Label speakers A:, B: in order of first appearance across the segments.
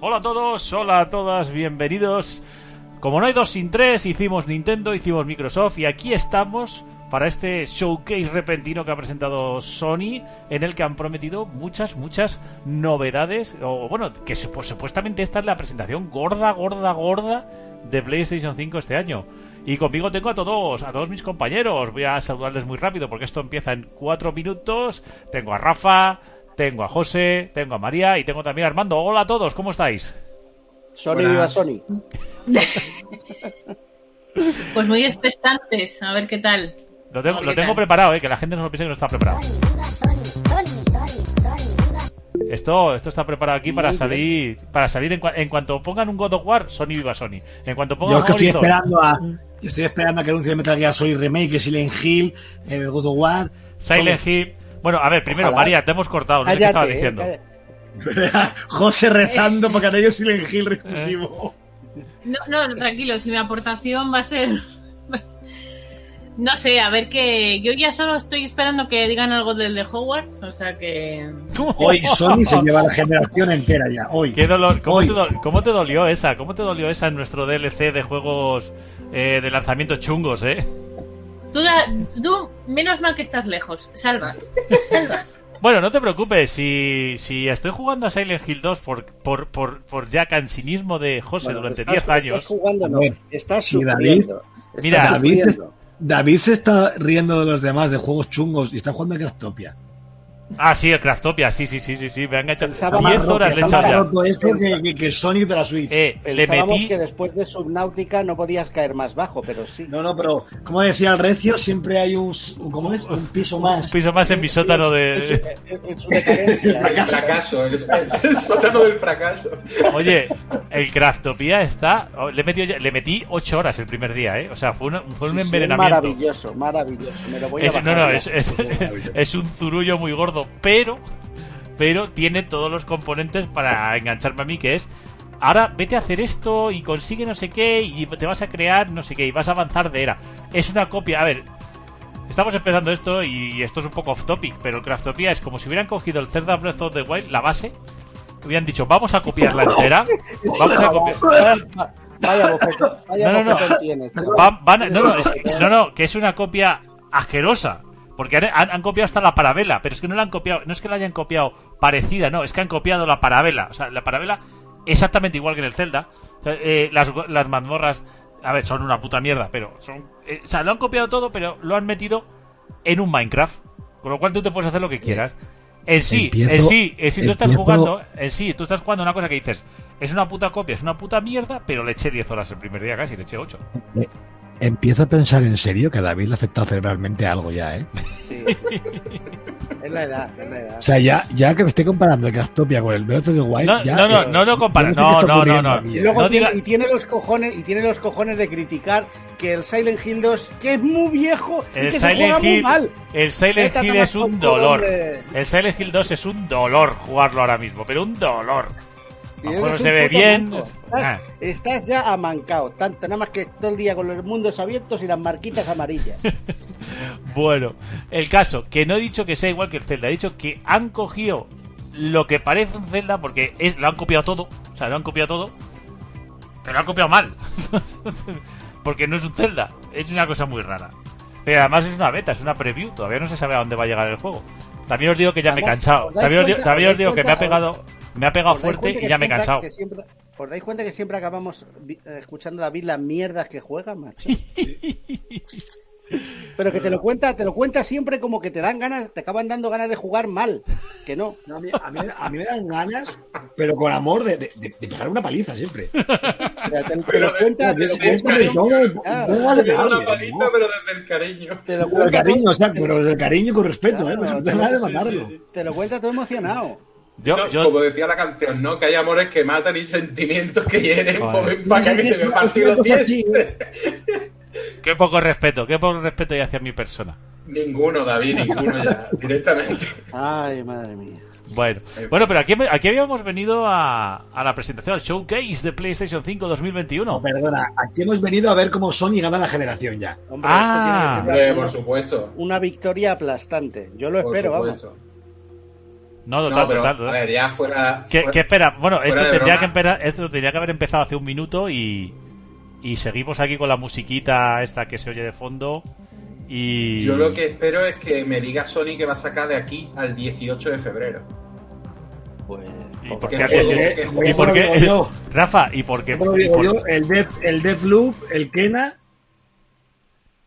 A: Hola a todos, hola a todas, bienvenidos. Como no hay dos sin tres, hicimos Nintendo, hicimos Microsoft y aquí estamos para este showcase repentino que ha presentado Sony, en el que han prometido muchas, muchas novedades. O bueno, que sup- supuestamente esta es la presentación gorda, gorda, gorda de PlayStation 5 este año. Y conmigo tengo a todos, a todos mis compañeros. Voy a saludarles muy rápido porque esto empieza en cuatro minutos. Tengo a Rafa, tengo a José, tengo a María y tengo también a Armando. Hola a todos, ¿cómo estáis?
B: Sony viva Sony.
C: Pues muy expectantes, a ver qué tal.
A: Lo tengo,
C: Hola,
A: lo
C: ¿qué
A: tengo
C: tal?
A: preparado, eh, que la gente no lo piense que no está preparado. Esto, esto está preparado aquí para
B: Muy
A: salir, para salir en, cua- en cuanto pongan un God of War, Sony viva Sony. En cuanto
D: Yo
A: pongan
D: es que estoy
A: Horizon-
D: esperando a. Yo estoy esperando a que anuncie Metal Gear Solid Remake, Silent Hill, eh, God of War.
A: Silent Hill. Bueno, a ver, primero,
B: Ojalá.
A: María, te hemos cortado, no sé qué
B: Cállate,
A: estabas
B: eh,
A: diciendo.
B: cállate.
D: José rezando para que no haya un Silent Hill exclusivo.
C: No, no, tranquilo, si mi aportación va a ser. No sé, a ver qué. Yo ya solo estoy esperando que digan algo del de Hogwarts, o sea que.
D: Hoy Sony se lleva la generación entera ya. Hoy.
A: Qué dolor- ¿Cómo,
D: Hoy.
A: te dol- cómo te dolió esa? ¿Cómo te dolió esa en nuestro DLC de juegos eh, de lanzamientos chungos, eh?
C: Tú, da- tú, menos mal que estás lejos, salvas.
A: Bueno, no te preocupes, si, si estoy jugando a Silent Hill 2 por, por, por, por ya cansinismo de José
B: Bueno,
A: durante
B: estás-
A: 10 años,
B: Estás jugando, no.
D: A ver,
B: Estás
D: si David-
B: sufriendo. Estás
A: Mira,
D: David es-
B: sufriendo.
D: David se está riendo de los demás, de juegos chungos, y está jugando a Craftopia.
A: Ah, sí, el Craftopia, sí, sí, sí, sí, sí, me han enganchado.
B: Pensaba
A: 10
B: más ropa,
A: horas le he
D: está
A: echado
D: más
B: ya.
D: roto esto que,
B: Pensa-
D: que, que el Sonic de la Switch.
A: ya. Eh, le
B: Pensábamos
A: metí...
B: que después de Subnautica no podías caer más bajo, pero sí.
D: No, no, pero como decía el Recio, siempre hay un, un- ¿cómo es? un piso
A: Un
D: más.
A: piso más en mi sótano
B: En su-
A: de...
B: en- en eh, su decadencia.
E: El fracaso, el, el sótano del fracaso.
A: Oye, el Craftopia está... oh, Le, he metido ya- le metí 8 horas el primer día, ¿eh? O sea, fue, una- fue un
B: Sí, sí,
A: envenenamiento.
B: maravilloso, maravilloso. Me lo voy a
A: Es-
B: bajar
A: no, no,
B: ya.
A: es, es- es un zurullo muy gordo, pero... Pero tiene todos los componentes para engancharme a mí, que es... Ahora vete a hacer esto y consigue no sé qué y te vas a crear no sé qué y vas a avanzar de era. Es una copia, a ver, Estamos empezando esto y esto es un poco off topic, pero el Craftopia es como si hubieran cogido el Zelda Breath of the Wild, la base, hubieran dicho, vamos a copiarla entera, vamos a copiar...
B: Vaya bofetón, vaya
A: No, no, no.
B: bofetón tienes. chaval.
A: va- van a- no, no, es- no, no, que es una copia asquerosa, porque han, han- han copiado hasta la parabela, pero es que no la han copiado, no es que la hayan copiado parecida, no, es que han copiado la parabela, o sea, la parabela exactamente igual que en el Zelda, O sea, eh, las, las mazmorras, a ver, son una puta mierda, pero son... eh, o sea, lo han copiado todo, pero lo han metido en un Minecraft. Con lo cual tú te puedes hacer lo que quieras. En sí,
D: Eh, Empiezo-
A: en sí, en sí tú estás
D: empiezo-
A: jugando, en sí, tú estás jugando a una cosa que dices, es una puta copia, es una puta mierda, pero le eché 10 horas el primer día casi, le eché 8.
D: Empiezo a pensar en serio que a David le ha afectado cerebralmente algo ya, ¿eh?
B: Sí, sí. Es la edad, es la edad.
D: O sea, ya, ya que me esté comparando el Craftopia con el Breath of the Wild,
A: No,
D: ya
A: no, no,
D: es-
A: no lo comparas.
D: yo sé qué
A: No,
D: está
A: no, no,
D: ocurriendo
A: no.
D: aquí,
B: Y
D: ¿eh?
B: luego
A: No
B: tiene,
A: diga-
B: y tiene los cojones y tiene los cojones de criticar que el Silent Hill 2 que es muy viejo y
A: El
B: que se
A: Silent
B: juega muy
A: Hill,
B: mal.
A: el Silent
B: Vete a
A: Hill
B: tomar
A: es un
B: por culo,
A: dolor.
B: hombre.
A: El Silent Hill 2 es un dolor jugarlo ahora mismo, pero un dolor.
B: Y
A: A lo
B: eres
A: mejor no
B: un
A: se ve
B: puto
A: bien.
B: manco.
A: Ah.
B: Estás, estás ya amancado, tanto nada más que todo el día con los mundos abiertos y las marquitas amarillas.
A: Bueno, el caso, que no he dicho que sea igual que el Zelda, he dicho que han cogido lo que parece un Zelda porque es, lo han copiado todo, o sea, lo han copiado todo, pero lo han copiado mal. porque no es un Zelda, es una cosa muy rara. Pero además es una beta, es una preview, todavía no se sabe a dónde va a llegar el juego. También os digo que ya me he
B: Además,
A: cansado,
B: ¿os dais
A: también os digo,
B: cuenta-
A: también
B: os
A: os digo
B: dais
A: que me ha
B: cuenta-
A: pegado, me ha pegado
B: ¿Os dais
A: fuerte
B: cuenta
A: y
B: que
A: ya me he
B: siempre-
A: cansado.
B: que siempre- ¿Os dais cuenta que siempre acabamos vi- eh, escuchando a David las mierdas que juega, macho? Pero que te lo cuenta, te lo cuenta siempre como que te dan ganas, te acaban dando ganas de jugar mal, que no.
D: No, a, mí, a, mí, a mí me dan ganas, pero con amor, de, de, de- de pegar una paliza siempre.
B: O sea, te, te
E: Pero,
B: lo cuenta, te lo
E: es- es
B: cuenta,
E: cariño.
D: No, no,
B: Ah,
D: no, no,
E: Te
D: de
E: digo
D: pegarle,
E: una paliza,
D: no.
E: pero desde el cariño.
B: te lo
D: Pero el
B: cuenta todo-
D: cariño, o sea, pero del cariño y con respeto, ¿eh?
B: Claro,
D: Pero no te
B: claro,
D: ganas de
B: sí,
D: matarlo.
B: te lo cuenta todo emocionado.
A: Yo,
E: No,
A: yo-
E: Como decía la canción, ¿no? Que hay amores que matan y sentimientos que hieren.
A: Joder.
E: para
B: Sí,
E: que
B: sí,
E: se
B: sí,
E: me
B: sí,
E: parten los
B: sí, sí.
E: dientes.
A: qué poco respeto, qué poco respeto hay hacia mi persona.
E: Ninguno, David, ninguno ya, directamente.
B: Ay, madre mía.
A: Bueno, bueno pero aquí, aquí habíamos venido a, a la presentación, al showcase de PlayStation 5 2021.
D: No, perdona, aquí hemos venido a ver cómo Sony gana la generación ya.
B: Hombre,
A: Ah,
B: esto tiene que
E: Hombre,
B: ser
E: por
B: una,
E: supuesto.
B: una victoria aplastante. Yo lo
E: por
B: espero, vamos.
E: supuesto.
A: No, total,
E: No, pero,
A: total.
E: a
A: total.
E: ver, ya fuera...
A: ¿Qué,
E: fuera-
A: qué espera? Bueno,
E: fuera
A: esto
E: de
A: tendría,
E: broma.
A: que empera- esto tendría que haber empezado hace un minuto y, y seguimos aquí con la musiquita esta que se oye de fondo. Y
E: Yo lo que espero es que me diga Sony que va a sacar de aquí al 18 de febrero.
B: Pues,
A: ¿Y por
E: Porque
A: qué
E: el juego-
A: haces-
E: que el
A: ¿Y
E: juego-
A: por qué?
D: Como digo yo.
A: Rafa, ¿y por qué?
D: Como
A: y
D: digo
A: por-
D: yo, el Death, el Deathloop, el Kena,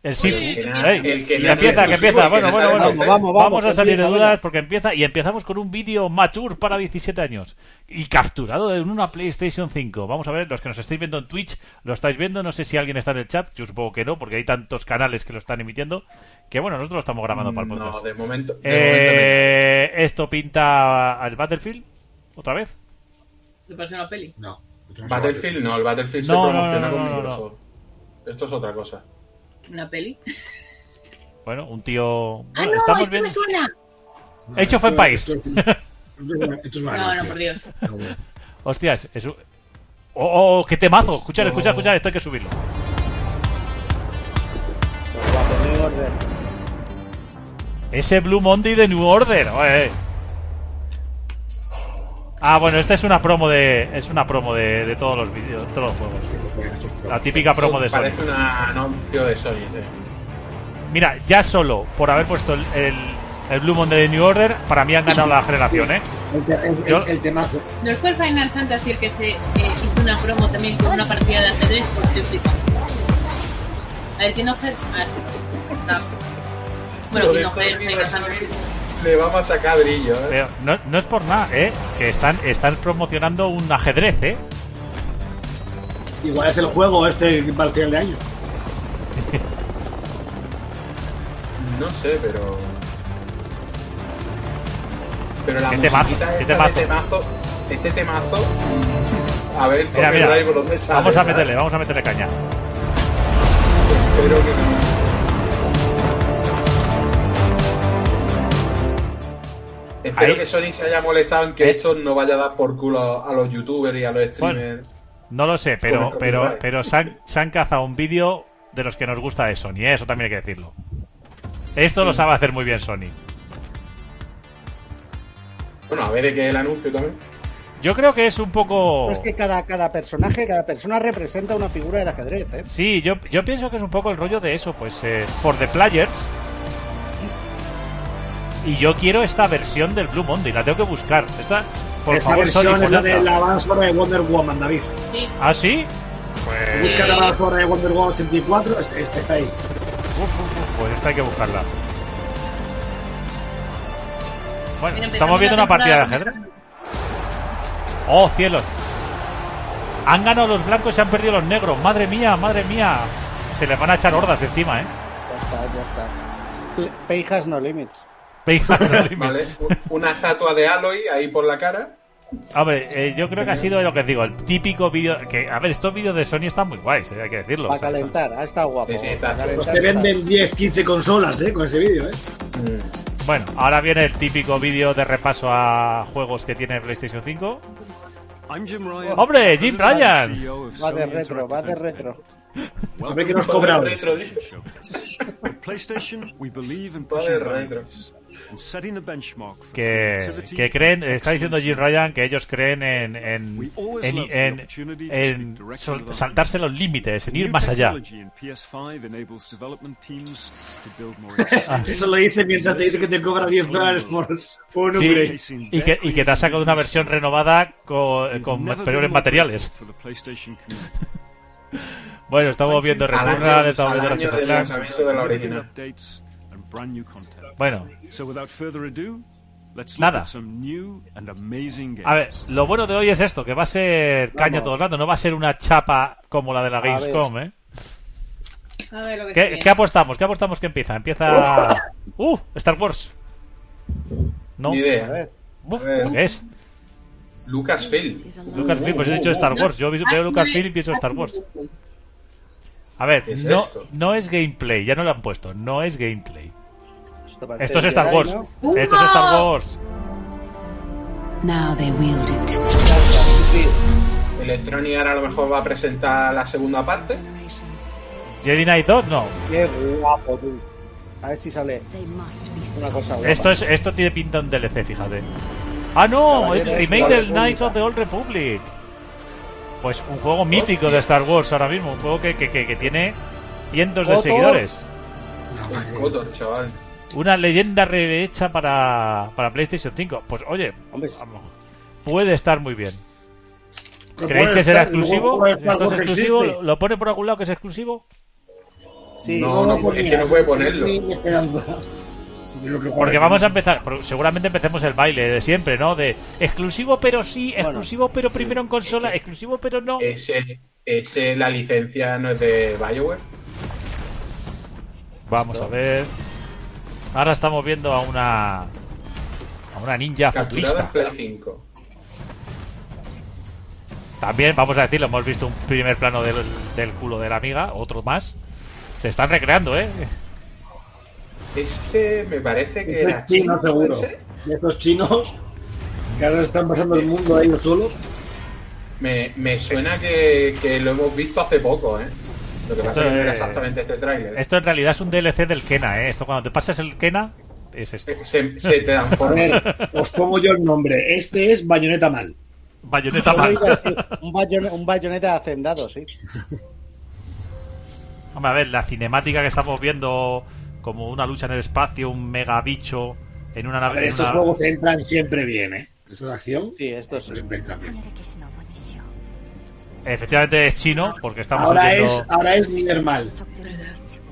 A: El sí.
C: El que
E: nada,
A: Ey,
E: el que
A: y
E: nada,
A: empieza,
E: el
A: que
E: que
A: empieza.
E: sí,
A: Bueno,
E: porque
A: bueno,
E: no
A: bueno.
E: sabe
B: Vamos, vamos, vamos.
A: Vamos a salir de
B: empieza,
A: dudas porque empieza y empezamos con un vídeo mature para 17 años y capturado en una PlayStation 5. Vamos a ver, los que nos estáis viendo en Twitch, lo estáis viendo, no sé si alguien está en el chat, yo supongo que no, porque hay tantos canales que lo están emitiendo, que bueno, nosotros lo estamos grabando para el
E: No,
A: podcast.
E: de momento... de momento
A: Eh, esto pinta al Battlefield, otra vez.
C: Se parece una peli.
D: no.
E: no. Battlefield no, el Battlefield se
A: No, no,
E: promociona
A: no, no,
E: con
A: no, no.
E: Microsoft. Esto es otra cosa.
C: ¿Una peli?
A: Bueno, un tío...
C: ¡Ah,
A: bueno,
C: no!
A: estamos
C: ¡Esto me
A: viendo...
C: suena!
A: Hecho fue en país.
D: Esto es una
C: No, no,
D: gracia.
C: por Dios.
D: No, bueno.
A: Hostias, es un- ¡Oh, oh, qué temazo! Escuchad, escuchad, escuchad, esto hay que subirlo.
B: Pues va, The New Order.
A: Ese Blue Monday de New Order. oe. Ah, bueno, esta es una promo de. Es una promo de, de todos los vídeos, de todos los juegos. La típica promo de
E: Parece
A: Sony.
E: un anuncio de Sony, sí.
A: Mira, ya solo por haber puesto el, el, el Blue Monday de New Order, para mí han ganado la generación, ¿eh?
D: El, te- el- el-
A: Yo-
D: el temazo.
C: ¿No fue el Final Fantasy el que se eh, hizo una promo también con una partida de ajedrez? Porque flipa. A ver, ¿quién ofrece? A ver. está. Bueno,
E: Lo
C: ¿quién
E: de
C: ofrece?
E: Sony
C: Ahí
E: va a
C: pasando.
E: subir, Le vamos a sacar brillo, ¿eh?
A: Pero no, no es por nada, ¿eh? Que están, están promocionando un ajedrez, ¿eh?
D: Igual es el juego este para el final de año.
E: No sé, pero. Pero la
A: Qué temazo,
E: musiquita
A: qué
E: esta de
A: temazo.
E: temazo. Este temazo. mm, A ver,
A: Mira, mira.
E: copyright, ¿por dónde sale,
A: Vamos a
E: ¿verdad?
A: meterle, vamos a meterle caña.
E: Espero que no. Espero
A: Ahí.
E: que Sony se haya molestado en que esto no vaya a dar por culo a los youtubers y a los streamers.
A: No lo sé, pero,
E: Joder,
A: pero,
E: copyright.
A: pero se han, se han cazado un vídeo de los que nos gusta de Sony, ¿eh? eso también hay que decirlo. Esto lo sabe hacer muy bien Sony.
E: Bueno, a ver de qué es el anuncio también.
A: Yo creo que es un
B: Pero
A: poco.
D: Pues
B: es que cada, cada personaje, cada persona representa una figura del ajedrez, ¿eh?
A: Sí, yo, yo pienso que es un poco el rollo de eso, pues, eh, for the players. Y yo quiero esta versión del Blue Monday, la tengo que buscar. Esta, por
D: Esta
A: favor, Sony,
D: versión es la
A: ponedla.
D: de la banda sonora de Wonder Woman, David.
C: Sí.
A: ¿Ah, sí? Pues,
D: Busca la banda sonora de Wonder Woman 84, este- este está ahí.
A: uf, uf, uf, pues esta hay que buscarla. Bueno,
C: Mira,
A: estamos
C: empezamos
A: viendo
C: la
A: una partida de
C: temporada
A: ajedrez. ¡Oh, cielos! Han ganado los blancos y se han perdido los negros. ¡Madre mía, madre mía! Se les van a echar hordas encima, ¿eh?
B: Ya está, ya está. P- Pay has no limits.
E: ¿Vale? U- Una estatua de Aloy ahí por la cara.
A: Hombre, eh, yo creo que ha sido lo que os digo, el típico vídeo. Que, a ver, estos vídeos de Sony están muy guays, eh, hay que decirlo.
B: Para
A: O sea,
B: calentar, ha estado guapo.
E: Sí, sí, está
B: Pa'
E: chulo.
D: Pues
B: calentar
D: te
B: está.
D: venden 10, 15 consolas, eh, con ese vídeo, eh.
A: Bueno, ahora viene el típico vídeo de repaso a juegos que tiene PlayStation 5.
F: ¡Hombre, Jim Ryan!
B: Va de retro, va de retro.
D: A ver qué nos cobramos.
E: Va de retro, dice. Va de retro.
A: Que, que creen, está diciendo Jim Ryan que ellos creen en, en, en, en- en sol- saltarse los límites, en ir más allá. Ah.
D: Eso lo dice mientras te dice que te cobra 10 dólares por, por un
A: Sí,
D: upgrade.
A: y, que, y que te ha sacado una versión renovada con, con peores materiales. Bueno, estamos viendo
F: Al
E: año-
A: Returnal, estamos
E: al
A: viendo
E: año
A: Ratchet
E: del
A: Clank.
E: lanzamiento. Aviso de la original.
A: Bueno, Nada.
F: Nada.
A: a ver, lo bueno de hoy es esto, que va a ser caña
B: Vamos.
A: todo el rato, no va a ser una chapa como la de la
B: ver.
A: Gamescom, ¿eh?
C: A ver lo que
A: ¿Qué,
C: sigue.
A: qué apostamos? ¿Qué apostamos que empieza? Empieza... ¡Uh! Star Wars. No.
E: Ni
B: A
E: idea.
B: ver.
A: Uf, ¿esto qué es?
E: Lucasfilm.
A: Lucasfilm, pues yo he dicho Star Wars. Yo
B: Ah,
A: veo Lucasfilm y pienso Star Wars. A ver,
E: ¿Qué es
A: no,
E: esto?
A: no es gameplay, ya no lo han puesto, no es gameplay.
B: Esto, parece
A: Esto es
B: de
A: Star
B: Jedi,
A: Wars.
B: ¿no?
A: Esto es Star Wars.
G: Now they wield it.
B: Sí.
E: Electronic ahora a lo mejor va a presentar la segunda parte.
A: Jedi Knight 2, no.
B: Qué guapo, tú. A ver si sale
G: They must be
B: una cosa guapa.
A: Esto, es, esto tiene pinta en DLC, fíjate. Ah, no, el
B: Caballeros
A: remake
B: de la
A: del Knights of the Old Republic. Pues un juego mítico de Star Wars ahora mismo, un juego que, que- que- que tiene cientos de
B: Kotor.
A: seguidores.
E: El Cotor, chaval.
A: Una leyenda rehecha para, para PlayStation 5. Pues oye,
B: Hombre,
A: vamos, puede estar muy bien.
D: Que
A: ¿Creéis
D: puede
A: que será
D: estar, que
A: exclusivo?
D: puede estar,
A: ¿Esto es
D: porque
A: exclusivo?
D: existe.
A: ¿Lo pone por algún lado que es exclusivo?
B: sí.
E: No, no,
B: porque-
E: es que no puede ponerlo.
D: Ni esperanza. De lo que juega.
A: Porque vamos a empezar, pero seguramente empecemos el baile de siempre, ¿no? De exclusivo pero sí,
B: Bueno,
A: exclusivo pero primero en consola, exclusivo pero no.
E: Ese, ese, la licencia no es de Bioware.
A: Vamos a ver. Ahora estamos viendo a una. a una ninja
E: Capturada en
A: futurista.
E: Play 5.
A: También, vamos a decirlo, hemos visto un primer plano del, del culo de la amiga, otro más. Se están recreando, ¿eh?
E: Este me parece que
D: Esto
E: era
D: es chino,
E: ¿puede
D: seguro.
E: ser?
D: Y estos chinos que ahora están pasando el mundo a ellos solos.
E: Me, me suena que, que lo hemos visto hace poco, ¿eh? Lo que pasa es que no era
A: es-
E: exactamente este tráiler.
A: Esto en realidad es un DLC del Kena, ¿eh? Esto cuando te pasas el Kena, es este. esto.
E: Se, Eh, se te
D: A
E: transforma.
D: ver, os pongo yo el nombre. Este es Bayoneta Mal.
A: Bayoneta
B: Yo
A: mal.
B: iba a decir, un, bayone- un bayoneta hacendado, sí.
A: Hombre, a ver, la cinemática que estamos viendo, como una lucha en el espacio, un mega bicho en una
D: A ver,
A: nave. en
D: estos
A: una-
D: juegos entran siempre bien, ¿eh? Esto de acción.
B: Sí, esto sí.
D: siempre entran bien.
A: Efectivamente es chino, porque estamos
D: Ahora
A: oyendo-
D: es, ahora es Nier Mal.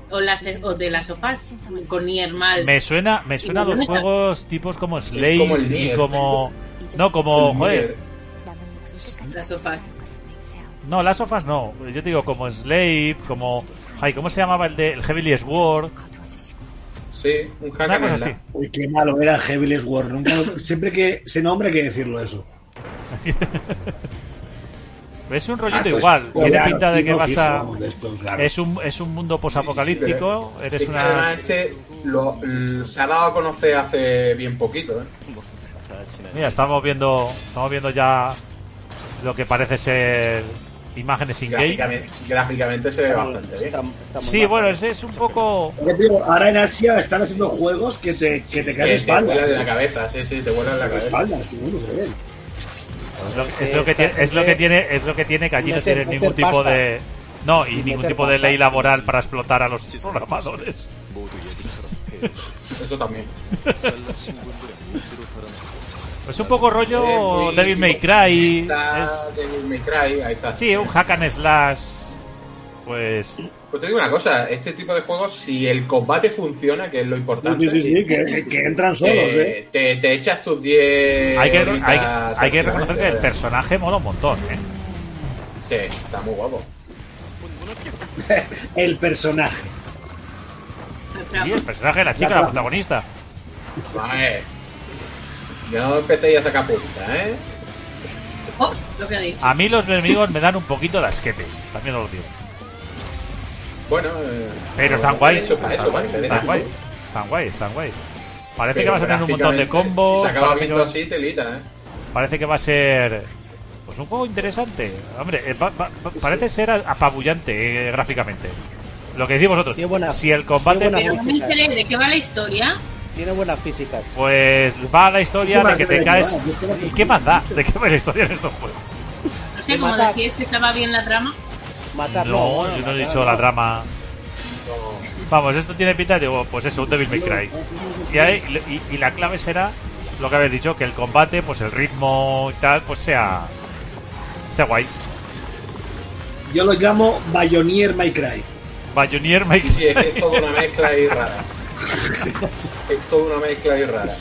C: O, las, e- o de las sofás, con Nier Mal.
A: Me suena, me suena a los juegos tipos como Slay
E: como el
A: y
E: Nier.
A: como. No, como.
E: Mira,
A: Joder.
C: Las sofás.
A: No, las sofas no. Yo te digo como Slave, como. Ay, ¿cómo se llamaba el de el Heavily Sword?
E: Sí, un hack
A: Una
E: and
A: cosa
E: slash.
A: así.
D: Uy, qué malo era Heavy War. Nunca- siempre que se nombra hay que decirlo eso.
A: Es un
E: Ah,
A: rollito
E: pues,
A: igual. Tiene
D: Claro,
A: pinta de que
D: fijo,
A: vas a.
D: fijo, de estos, claro.
A: Es un, es un mundo
E: Pero-
A: posapocalíptico. Eres
E: es que además
A: una.
E: este lo- l- se ha dado a conocer hace bien poquito, ¿eh?
A: Mira, estamos viendo. Estamos viendo ya lo que parece ser imágenes in game.
E: Gráficamente, gráficamente se ve bastante bien.
B: Está- está muy
A: Sí,
B: guapo.
A: bueno, ese es un poco.
D: Porque, tío, ahora en Asia están haciendo juegos que te, que
E: Que
D: te caen
E: te vuela
D: espaldas.
E: de la cabeza, sí, sí, te vuela de la cabeza.
D: espaldas, que no se ven.
A: Es lo, es lo que tiene, es lo que tiene, es lo que tiene que allí no
B: Meter-
A: tienen
B: meter
A: ningún tipo
B: pasta.
A: de no y
B: Y
A: ningún
B: meter
A: tipo de
B: pasta.
A: ley laboral para explotar a los programadores.
E: Eso también.
A: Es un poco
E: Es
A: rollo
E: muy
A: Devil May
E: tipo-
A: Cry.
E: Está Devil May Cry, ahí está.
A: es- sí, un hack and slash. Pues
E: Pues te digo una cosa, este tipo de juegos, si el combate funciona, que es lo importante,
D: Sí, sí, sí, que, que entran solos,
E: te,
D: ¿eh?
E: te, te echas tus 10...
A: hay que hay,
E: horitas
A: hay que reconocer que el
E: tranquilamente.
A: personaje mola un montón. ¿eh?
E: Sí, está muy guapo.
D: El personaje.
A: Sí, el personaje de la chica,
D: La
A: la
D: trama.
A: protagonista.
E: A ver. No empecéis a sacar punta, ¿eh?
C: Oh, lo que ha dicho.
A: A mí los enemigos me dan un poquito de asquete, también os lo digo.
E: Bueno, eh,
A: Pero
E: bueno,
A: están guays,
E: Eso, para
A: están
E: eso,
A: guays,
E: para que le
A: están
E: den,
A: guays,
E: ¿no?
A: están guays, están guays. Parece que
E: Pero
A: vas a tener un montón de
E: gráficamente,
A: combos.
E: Si se acaba
A: parece que
E: viendo
A: vas-
E: así, telita, ¿eh?
A: Parece que va a ser pues un juego interesante. Hombre, eh, va- va- va- parece ser a- apabullante eh, gráficamente. Lo que decís vosotros,
B: Tiene buena-
A: si el combate,
B: tiene
C: Pero
B: buena-
C: no me enteré de qué va la historia.
B: Tiene buenas físicas.
A: pues va la historia
D: ¿Qué
A: de
D: más
A: que te
D: da?
A: caes.
D: Yo espero que-
A: ¿Y qué más da? ¿De qué va la historia en estos juegos?
C: No
B: De
C: sé, como
B: matar.
C: decías que estaba bien la trama.
B: Matar
A: No, yo no he
B: matar,
A: dicho la trama. Vamos, esto tiene pinta de, oh, pues eso, un Devil May Cry. Y, ahí- y- y la clave será lo que habéis dicho, que el combate, pues el ritmo y tal, pues sea, sea guay.
D: Yo lo llamo Bayonier My Cry.
A: Bayonier May
E: Sí, sí, es que es toda una mezcla ahí rara. es toda una mezcla ahí rara.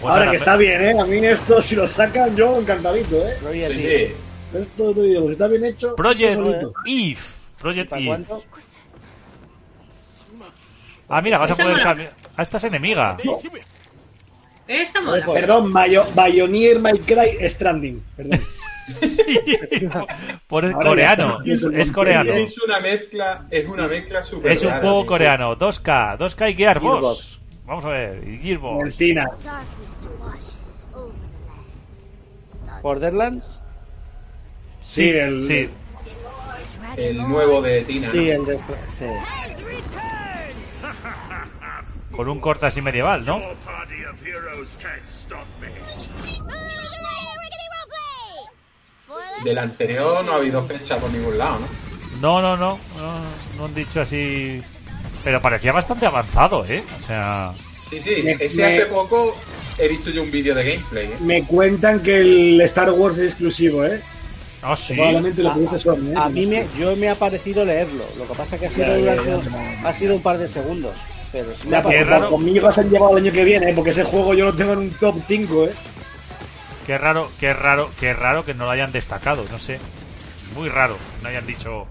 A: Pues
D: Ahora
A: nada,
D: que está bien, ¿eh? A mí esto, si lo sacan, yo encantadito, ¿eh?
B: Royal
E: Sí,
B: League.
E: sí.
D: Esto, te digo, si está bien hecho,
A: Project
D: yo solito.
A: Eve. Project
B: ¿Para
A: Eve.
B: cuándo?
A: Ah, mira, vas a
C: Esa
A: poder Ah,
C: mola.
A: cambiar. Ah, esta es enemiga.
C: Esta Eh, mola.
D: Perdón, Mayo, Bayonier My Cry Stranding. Perdón.
A: Por el
D: Ahora ya
A: coreano.
D: está.
A: Es, es coreano.
E: Es una mezcla, es una mezcla super
A: Es un
E: rara,
A: juego
E: tío.
A: coreano. 2K. 2K y Gearbox.
B: Gearbox.
A: Vamos a ver. y Gearbox.
D: Argentina.
B: ¿Borderlands?
D: Sí, el-
A: sí.
E: El nuevo de Tina. ¿no?
B: Sí,
A: eh.
B: el de Stra- sí.
A: Con un corte así medieval, ¿no?
E: Del anterior no ha habido fecha por ningún lado, ¿no?
A: No, no, no. No, no han dicho así. Pero parecía bastante avanzado, ¿eh? O sea.
E: Sí, sí,
D: Me-
E: ese
D: me-
E: hace poco he visto yo un vídeo de gameplay, ¿eh?
D: Me cuentan que el Star Wars es exclusivo, ¿eh?
A: Ah, sí.
D: Probablemente lo produce Sony. ¿eh?
B: A mí me, yo me ha parecido leerlo. Lo que pasa que ha sido,
D: Ya, ya,
B: durante-
D: ya.
B: ha sido un par de segundos. Pero sí me
D: Ya,
B: ha
D: pues,
A: qué
B: parecido-
A: raro.
D: Conmigo se han llevado el año que viene, ¿eh? porque ese juego yo lo tengo en un top 5, ¿eh?
A: Qué raro, qué raro, qué raro que no lo hayan destacado, no sé. Muy raro, que no hayan dicho.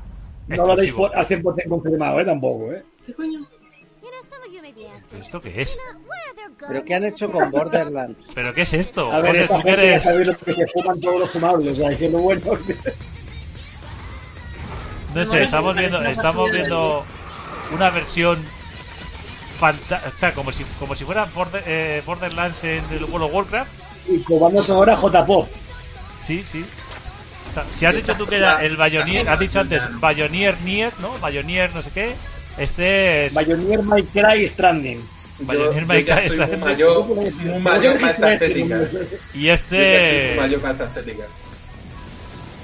D: No lo deis
A: exclusivo.
D: por, al 100% confirmado, ¿eh? Tampoco, ¿eh?
C: ¿Qué coño?
A: ¿Pero esto qué es?
B: Pero ¿qué han hecho con Borderlands?
A: ¿Pero qué es esto?
D: A ver,
A: José,
D: esta
A: tú que
D: gente ya
A: eres-
D: sabéis lo que se fuman todos los fumables, o sea, que lo bueno.
A: No sé, estamos viendo, estamos viendo una versión fanta- o sea, como si, como si fuera Border- eh, Borderlands en el World of Warcraft.
D: y comamos ahora J-Pop.
A: Sí, sí. O sea, si has dicho tú que era el Bayonier, has dicho antes Bayonier Nier, ¿no? Bayonier no sé qué. Este es
D: Bayonier My Cry Stranding.
A: Vale,
E: Yo,
A: el
E: yo
A: Maica
E: ya
A: es
E: estoy
A: la
E: muy
A: gente-
E: mayor, muy mayor para esta
D: este
E: estética. Yo
A: y
E: ya estoy muy
A: este
E: mayor para esta estética.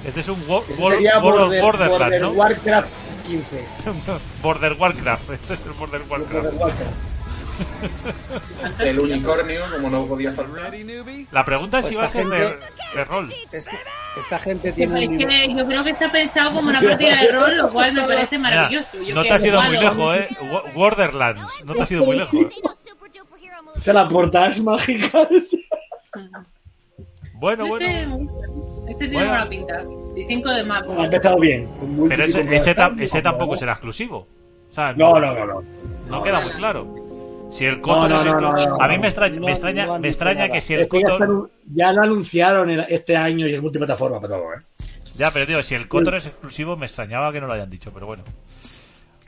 A: este es un wo-
D: Ese
A: World,
D: sería
A: World
D: Border,
A: of Borderlands,
D: Border
A: ¿no?
D: Warcraft 15.
A: Border Warcraft, este es el Border
D: Border
A: Warcraft.
D: Warcraft.
E: El unicornio, como no podía faltar.
F: Ready, newbie?
A: La pregunta es
B: Pues
A: si va a
B: esta
A: ser de,
B: gente-
A: de rol.
B: Esta, esta gente
C: Pues
B: tiene un
C: es
B: nivel-
C: que yo creo que está pensado como una partida de rol, lo cual me parece maravilloso.
A: Mira,
C: Yo
A: no
C: que
A: te has ido muy
C: jugado-
A: lejos, eh. Wo- Borderlands, no te has ido muy lejos.
D: Te la portada es mágica.
A: Bueno,
C: Este,
A: bueno.
C: este tiene
A: Bueno.
C: buena pinta. Y 5 de mapa.
D: Bueno, ha empezado bien. Con multis
A: Pero
D: y con
A: ese, ese,
D: cosas.
A: tam- ese tampoco será exclusivo. O sea,
D: No, no, no. no.
A: no queda muy claro. Si el Cotor
D: no, no,
A: es exclusivo.
D: no, no,
A: A mí
D: no.
A: me extraña,
B: No,
A: me extraña,
B: no han
A: me
B: dicho
A: extraña
B: nada.
A: que si el
D: Este ya, está
A: Cotor.
D: en- ya lo anunciaron en- este año y es multiplataforma para todo, ¿eh?
A: Ya, pero digo, si el Cotor es exclusivo, me extrañaba que no lo hayan dicho, pero bueno.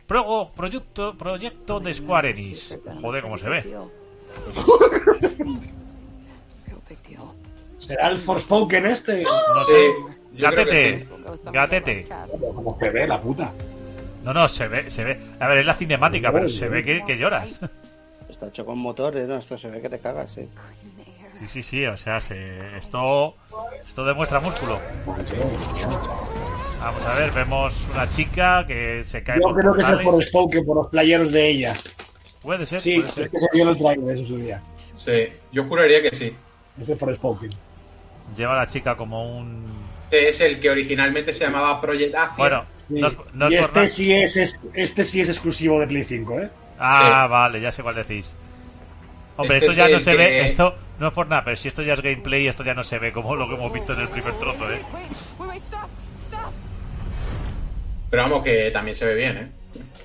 A: Progo, proyecto, proyecto de Square Enix. Joder, cómo se ve.
D: ¿Será el Forspoken este?
A: No
E: Sí,
A: sé.
E: yo creo que sí.
A: Gátete. Gatete.
D: Como se ve la puta.
A: No, no, se ve, se ve. A ver, es la cinemática, pero se ve que, que lloras.
B: Está hecho con motores, ¿no? Esto se ve que te cagas, ¿eh? sí.
A: Sí, sí, sí, o sea, se, esto, esto demuestra músculo. Vamos a ver, vemos una chica que se cae
D: Yo
A: por
D: creo que es el
A: portales.
D: Forspoken por los playeros de ella.
A: Puede ser,
D: Sí,
A: puede
D: es
A: ser.
D: que se vio en el trailer, eso su día.
E: Sí, yo juraría que sí.
D: Es el Forspoken.
A: Lleva a la chica como un...
E: Este es el que originalmente se llamaba Project Athia.
A: Bueno,
D: Sí.
A: no es, no es
D: y
A: por nada.
D: este sí es, es- este sí es exclusivo de Play 5, ¿eh?
A: Ah,
E: Sí.
A: vale, ya sé cuál decís. Hombre,
E: Este
A: esto ya
E: es
A: no
E: el
A: se
E: que-
A: ve, esto no es por nada, pero si esto ya es gameplay, esto ya no se ve como lo que hemos visto en el primer trozo, ¿eh?
E: pero vamos, que también se ve bien, ¿eh?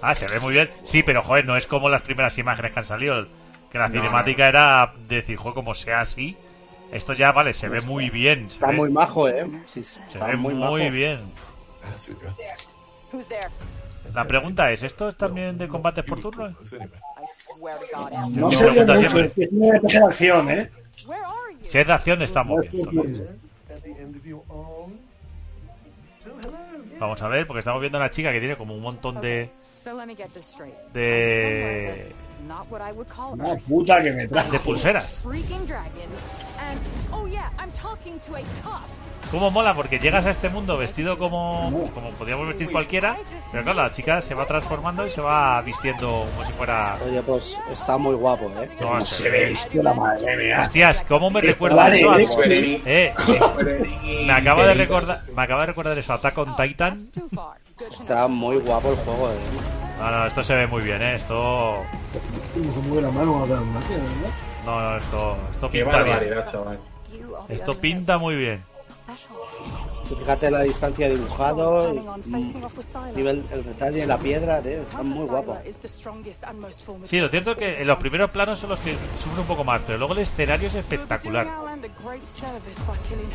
A: Ah, se ve muy bien. Sí, pero joder, no es como las primeras imágenes que han salido. Que la
E: No,
A: cinemática era decir, joder, como sea así. Esto ya, vale, se ve muy bien. se
B: Está
A: ve-
B: muy majo, ¿eh? Sí,
A: se
B: está
A: ve muy,
B: muy, majo.
A: bien. La pregunta es, ¿esto es también de combates por turno?
D: No
A: Mi
D: se ve
A: pregunta
D: mucho,
A: siempre.
D: es que es una de acción, ¿eh?
A: Si es de acción, está muy bien.
D: No es-
A: Vamos a ver, porque estamos viendo a una chica que tiene como un montón de...
G: So let me get this straight.
A: de-
G: I'm somewhere that's not what I would call
D: Una
G: Earth.
D: puta que me
A: de
D: trajo.
A: pulseras.
G: Freaking dragons. And oh yeah, I'm talking to a cop.
A: ¿Cómo mola? Porque llegas a este mundo vestido como, pues, como podríamos vestir cualquiera, pero claro, la chica se va transformando y se va vistiendo como si fuera...
B: Oye, pues está muy guapo, ¿eh?
A: No
D: Se
A: sé.
D: ve esto, la madre mía.
A: Hostias, ¿cómo me
D: Esto
A: recuerda
D: vale,
A: eso a...
D: esto-
E: Square Enix-
A: Eh,
E: Square Enix-
A: me acaba de recordar, me acaba de recordar eso, Attack on Titan.
G: That's too far. Good to
B: Está muy guapo el juego, ¿eh?
A: Ah, No, no, esto se ve muy bien, eh, esto...
D: Como se mueve la mano, la magia, ¿verdad?
A: No, no, esto, esto
E: Qué
A: pinta bien.
E: barbaridad, chaval.
G: know. You all the
A: Esto
G: other
A: pinta muy bien.
B: Y fíjate la distancia de dibujado, y, mm, nivel, el detalle, la piedra, tío, está muy guapo.
A: Sí, lo cierto es que en los primeros planos son los que sufren un poco más, pero luego el escenario es espectacular.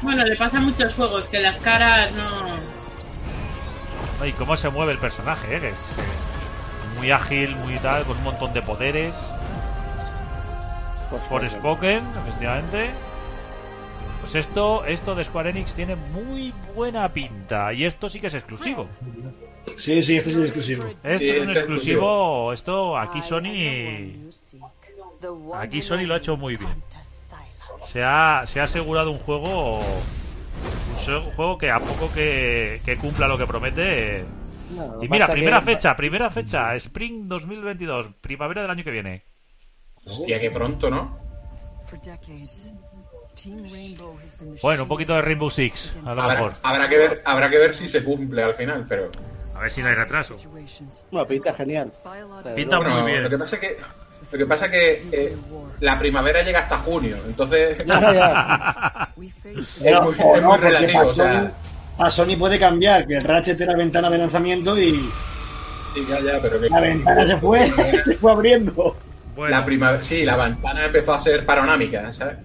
C: Bueno, le pasa a muchos juegos que las caras no.
A: ¿no? Y cómo se mueve el personaje, eh, eres eh, muy ágil, muy tal, con un montón de poderes. Por Spoken, efectivamente. Pues esto, esto de Square Enix tiene muy buena pinta. Y esto sí que es exclusivo.
D: Sí, sí, este es el exclusivo.
A: Esto
E: Sí,
A: es un
E: este es
A: exclusivo. Esto aquí Sony. Aquí Sony lo ha hecho muy bien. Se ha, se ha asegurado un juego. Un se- un juego que a poco que, que cumpla lo que promete.
B: No, lo
A: Y
B: que
A: mira,
B: pasa que-
A: primera fecha, primera fecha, Spring 2022, primavera del año que viene.
E: Hostia, que pronto, ¿no?
A: Bueno, un poquito de Rainbow Six, a lo mejor.
E: Habrá, habrá que ver, habrá que ver si se cumple al final, pero.
A: A ver si no hay retraso.
B: Bueno, pinta genial. Desde
A: Pinta
B: luego.
A: muy
E: Bueno,
A: bien.
E: lo que pasa es que, lo que, pasa es que eh, la primavera llega hasta junio, entonces es
B: Ya, ya.
E: muy,
D: O
E: es
D: no,
E: muy
D: porque
E: relativo.
D: para
E: O sea,
D: Sony- para Sony puede cambiar, que el Ratchet era ventana de lanzamiento y
E: sí, ya, ya, pero que.
D: la ventana se fue, se fue abriendo.
E: La
A: Bueno,
E: primavera, sí, la ventana empezó a ser panorámica, ¿sabes?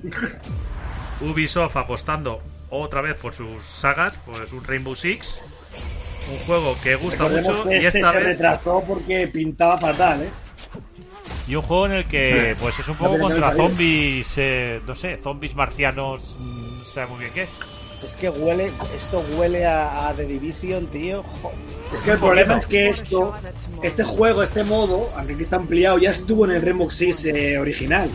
A: Ubisoft apostando otra vez por sus sagas, pues un Rainbow Six, un juego que gusta
D: Recordemos
A: mucho
D: que
A: y
D: este
A: esta
D: se
A: vez
D: retrasó porque pintaba fatal, ¿eh?
A: y un juego en el que pues es un poco
D: También no
A: contra
D: me parece.
A: zombies, eh, no sé, zombies marcianos, mm, no sé muy bien qué.
B: Es que huele, esto huele a, a The Division, tío. Jo-
D: Es que el problema es que esto, este juego, este modo, aunque aquí está ampliado, ya estuvo en el Rainbow Six eh, original.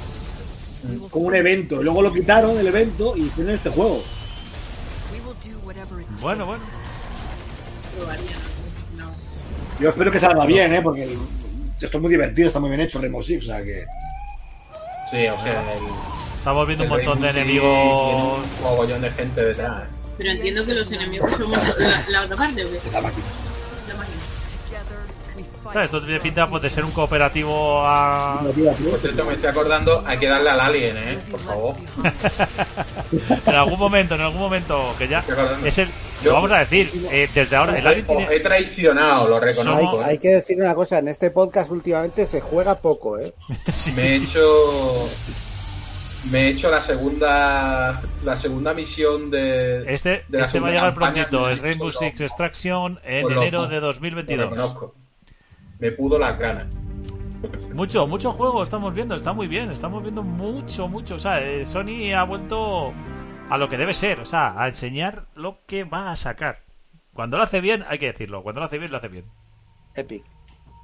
D: Como un evento. Luego lo quitaron del evento y tienen este juego.
A: Bueno, bueno.
C: Probaría, ¿no? No.
D: Yo espero que salga bien, ¿eh? Porque el- esto es muy divertido, está muy bien hecho el Rainbow Six, o sea que...
E: Sí, o sea, el.
A: Estamos viendo un
E: el
A: montón de
E: Rainbow Six
A: enemigos.
E: tiene Un mogollón de gente detrás.
C: Pero entiendo que los enemigos son la, la otra parte, ¿o qué?
D: esa máquina.
C: La máquina.
A: ¿Sabes? Esto tiene pinta pues, de ser un cooperativo a...
D: Lo tira,
E: Por
D: tío.
E: cierto, me estoy acordando, hay que darle al alien, ¿eh? Por favor.
A: En algún momento, en algún momento, que ya
E: Estoy acordando.
A: es el... Lo
E: Yo-
A: vamos a decir, eh, desde ahora, el alien
E: Os
A: tiene...
E: he traicionado, lo reconozco.
A: Somos-
E: ¿eh?
B: Hay que decir una cosa, en este podcast últimamente se juega poco, ¿eh?
E: Me he hecho. Me he hecho la segunda. La segunda misión de.
A: Este,
E: de la
A: este va a
E: segunda
A: llegar
E: campaña,
A: prontito,
E: me
A: el Rainbow
E: pudo-
A: Six Extraction en
E: Pues loco.
A: enero de
E: Lo
A: 2022.
E: reconozco. Me pudo las ganas.
A: Mucho, mucho juego estamos viendo, está muy bien, estamos viendo mucho, mucho. O sea, eh, Sony ha vuelto a lo que debe ser, o sea, a enseñar lo que va a sacar. Cuando lo hace bien, hay que decirlo, cuando lo hace bien, lo hace bien.
B: Epic.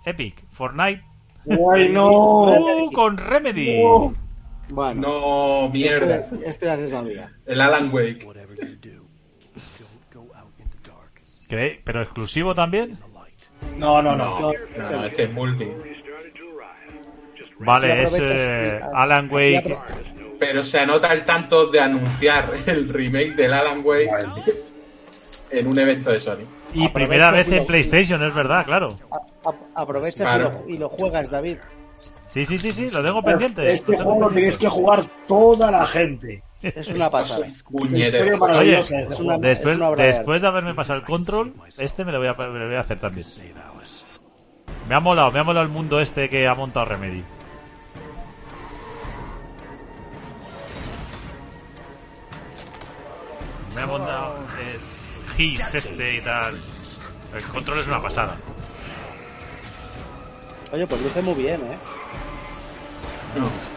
A: Epic, Fortnite,
D: ¡Ay,
B: Oh,
D: no!
A: ¡uh, con Remedy.
D: No.
B: Bueno,
E: No, mierda.
B: este, este ya se sabía.
E: El Alan Wake.
F: Whatever you do, don't go out in the dark.
A: ¿Cre- ¿Pero exclusivo también?
D: No, no, no.
E: No,
B: No,
E: no, no, este es multi.
A: Vale, es
B: Así aprovechas-
A: eh,
B: así
A: Alan Wake.
B: apro-
E: Pero se anota el tanto de anunciar el remake del Alan Wake en un evento de Sony.
A: Y primera
B: aprovechas
A: vez
B: y
A: en
B: lo-
A: PlayStation, es verdad, claro.
B: a- a- aprovechas
E: Claro.
B: y, lo, y lo juegas, David.
A: Sí, sí, sí, sí, lo tengo pendiente.
D: Este
A: lo tengo
D: juego lo
A: pendiente.
D: tenéis que jugar toda la gente.
B: Es una pasada.
D: Es una historia
E: Puñetero.
D: maravillosa este
A: Oye,
B: es
D: juego.
B: una-
A: Después,
B: obra de arte.
A: después de haberme pasado el control, este me lo voy a, me lo voy a hacer también. Me ha molado, me ha molado el mundo este que ha montado Remedy. Me ha montado el GIS este y tal. El control es una pasada.
B: Oye, pues luce muy bien, ¿eh?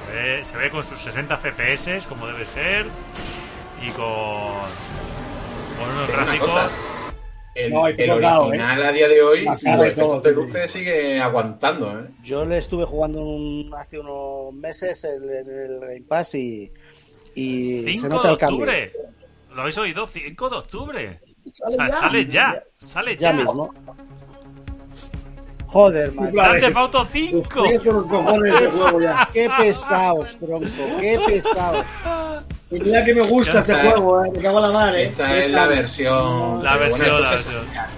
A: Se ve, se ve con sus 60 FPS como debe ser y con, con unos
E: Pero una
A: gráficos.
E: cosa, El,
D: No, hay que
E: el
D: tocado,
E: original a día de hoy,
D: La
E: su
D: cara de
E: efecto
D: todo,
E: de
D: tío.
E: luces sigue aguantando, ¿eh?
B: Yo le estuve jugando un- hace unos meses en el, el Game Pass y, y
A: 5
B: se
A: de
B: nota el cambio.
A: octubre. Lo habéis oído, 5 de octubre.
B: Sale
A: O sea, sale ya, sale ya.
B: Ya mismo. Joder, macho.
A: Grande Fauto 5.
D: Estoy con los cojones de juego ya.
B: Qué pesados, tronco. Qué pesados.
D: Y Mira que me gusta
E: Ya
D: este
E: está.
D: juego, eh. Me cago en la madre. eh.
E: Esta es la versión.
A: La
E: bueno,
A: versión,
E: esto
A: la
E: se
A: versión.
E: sabía.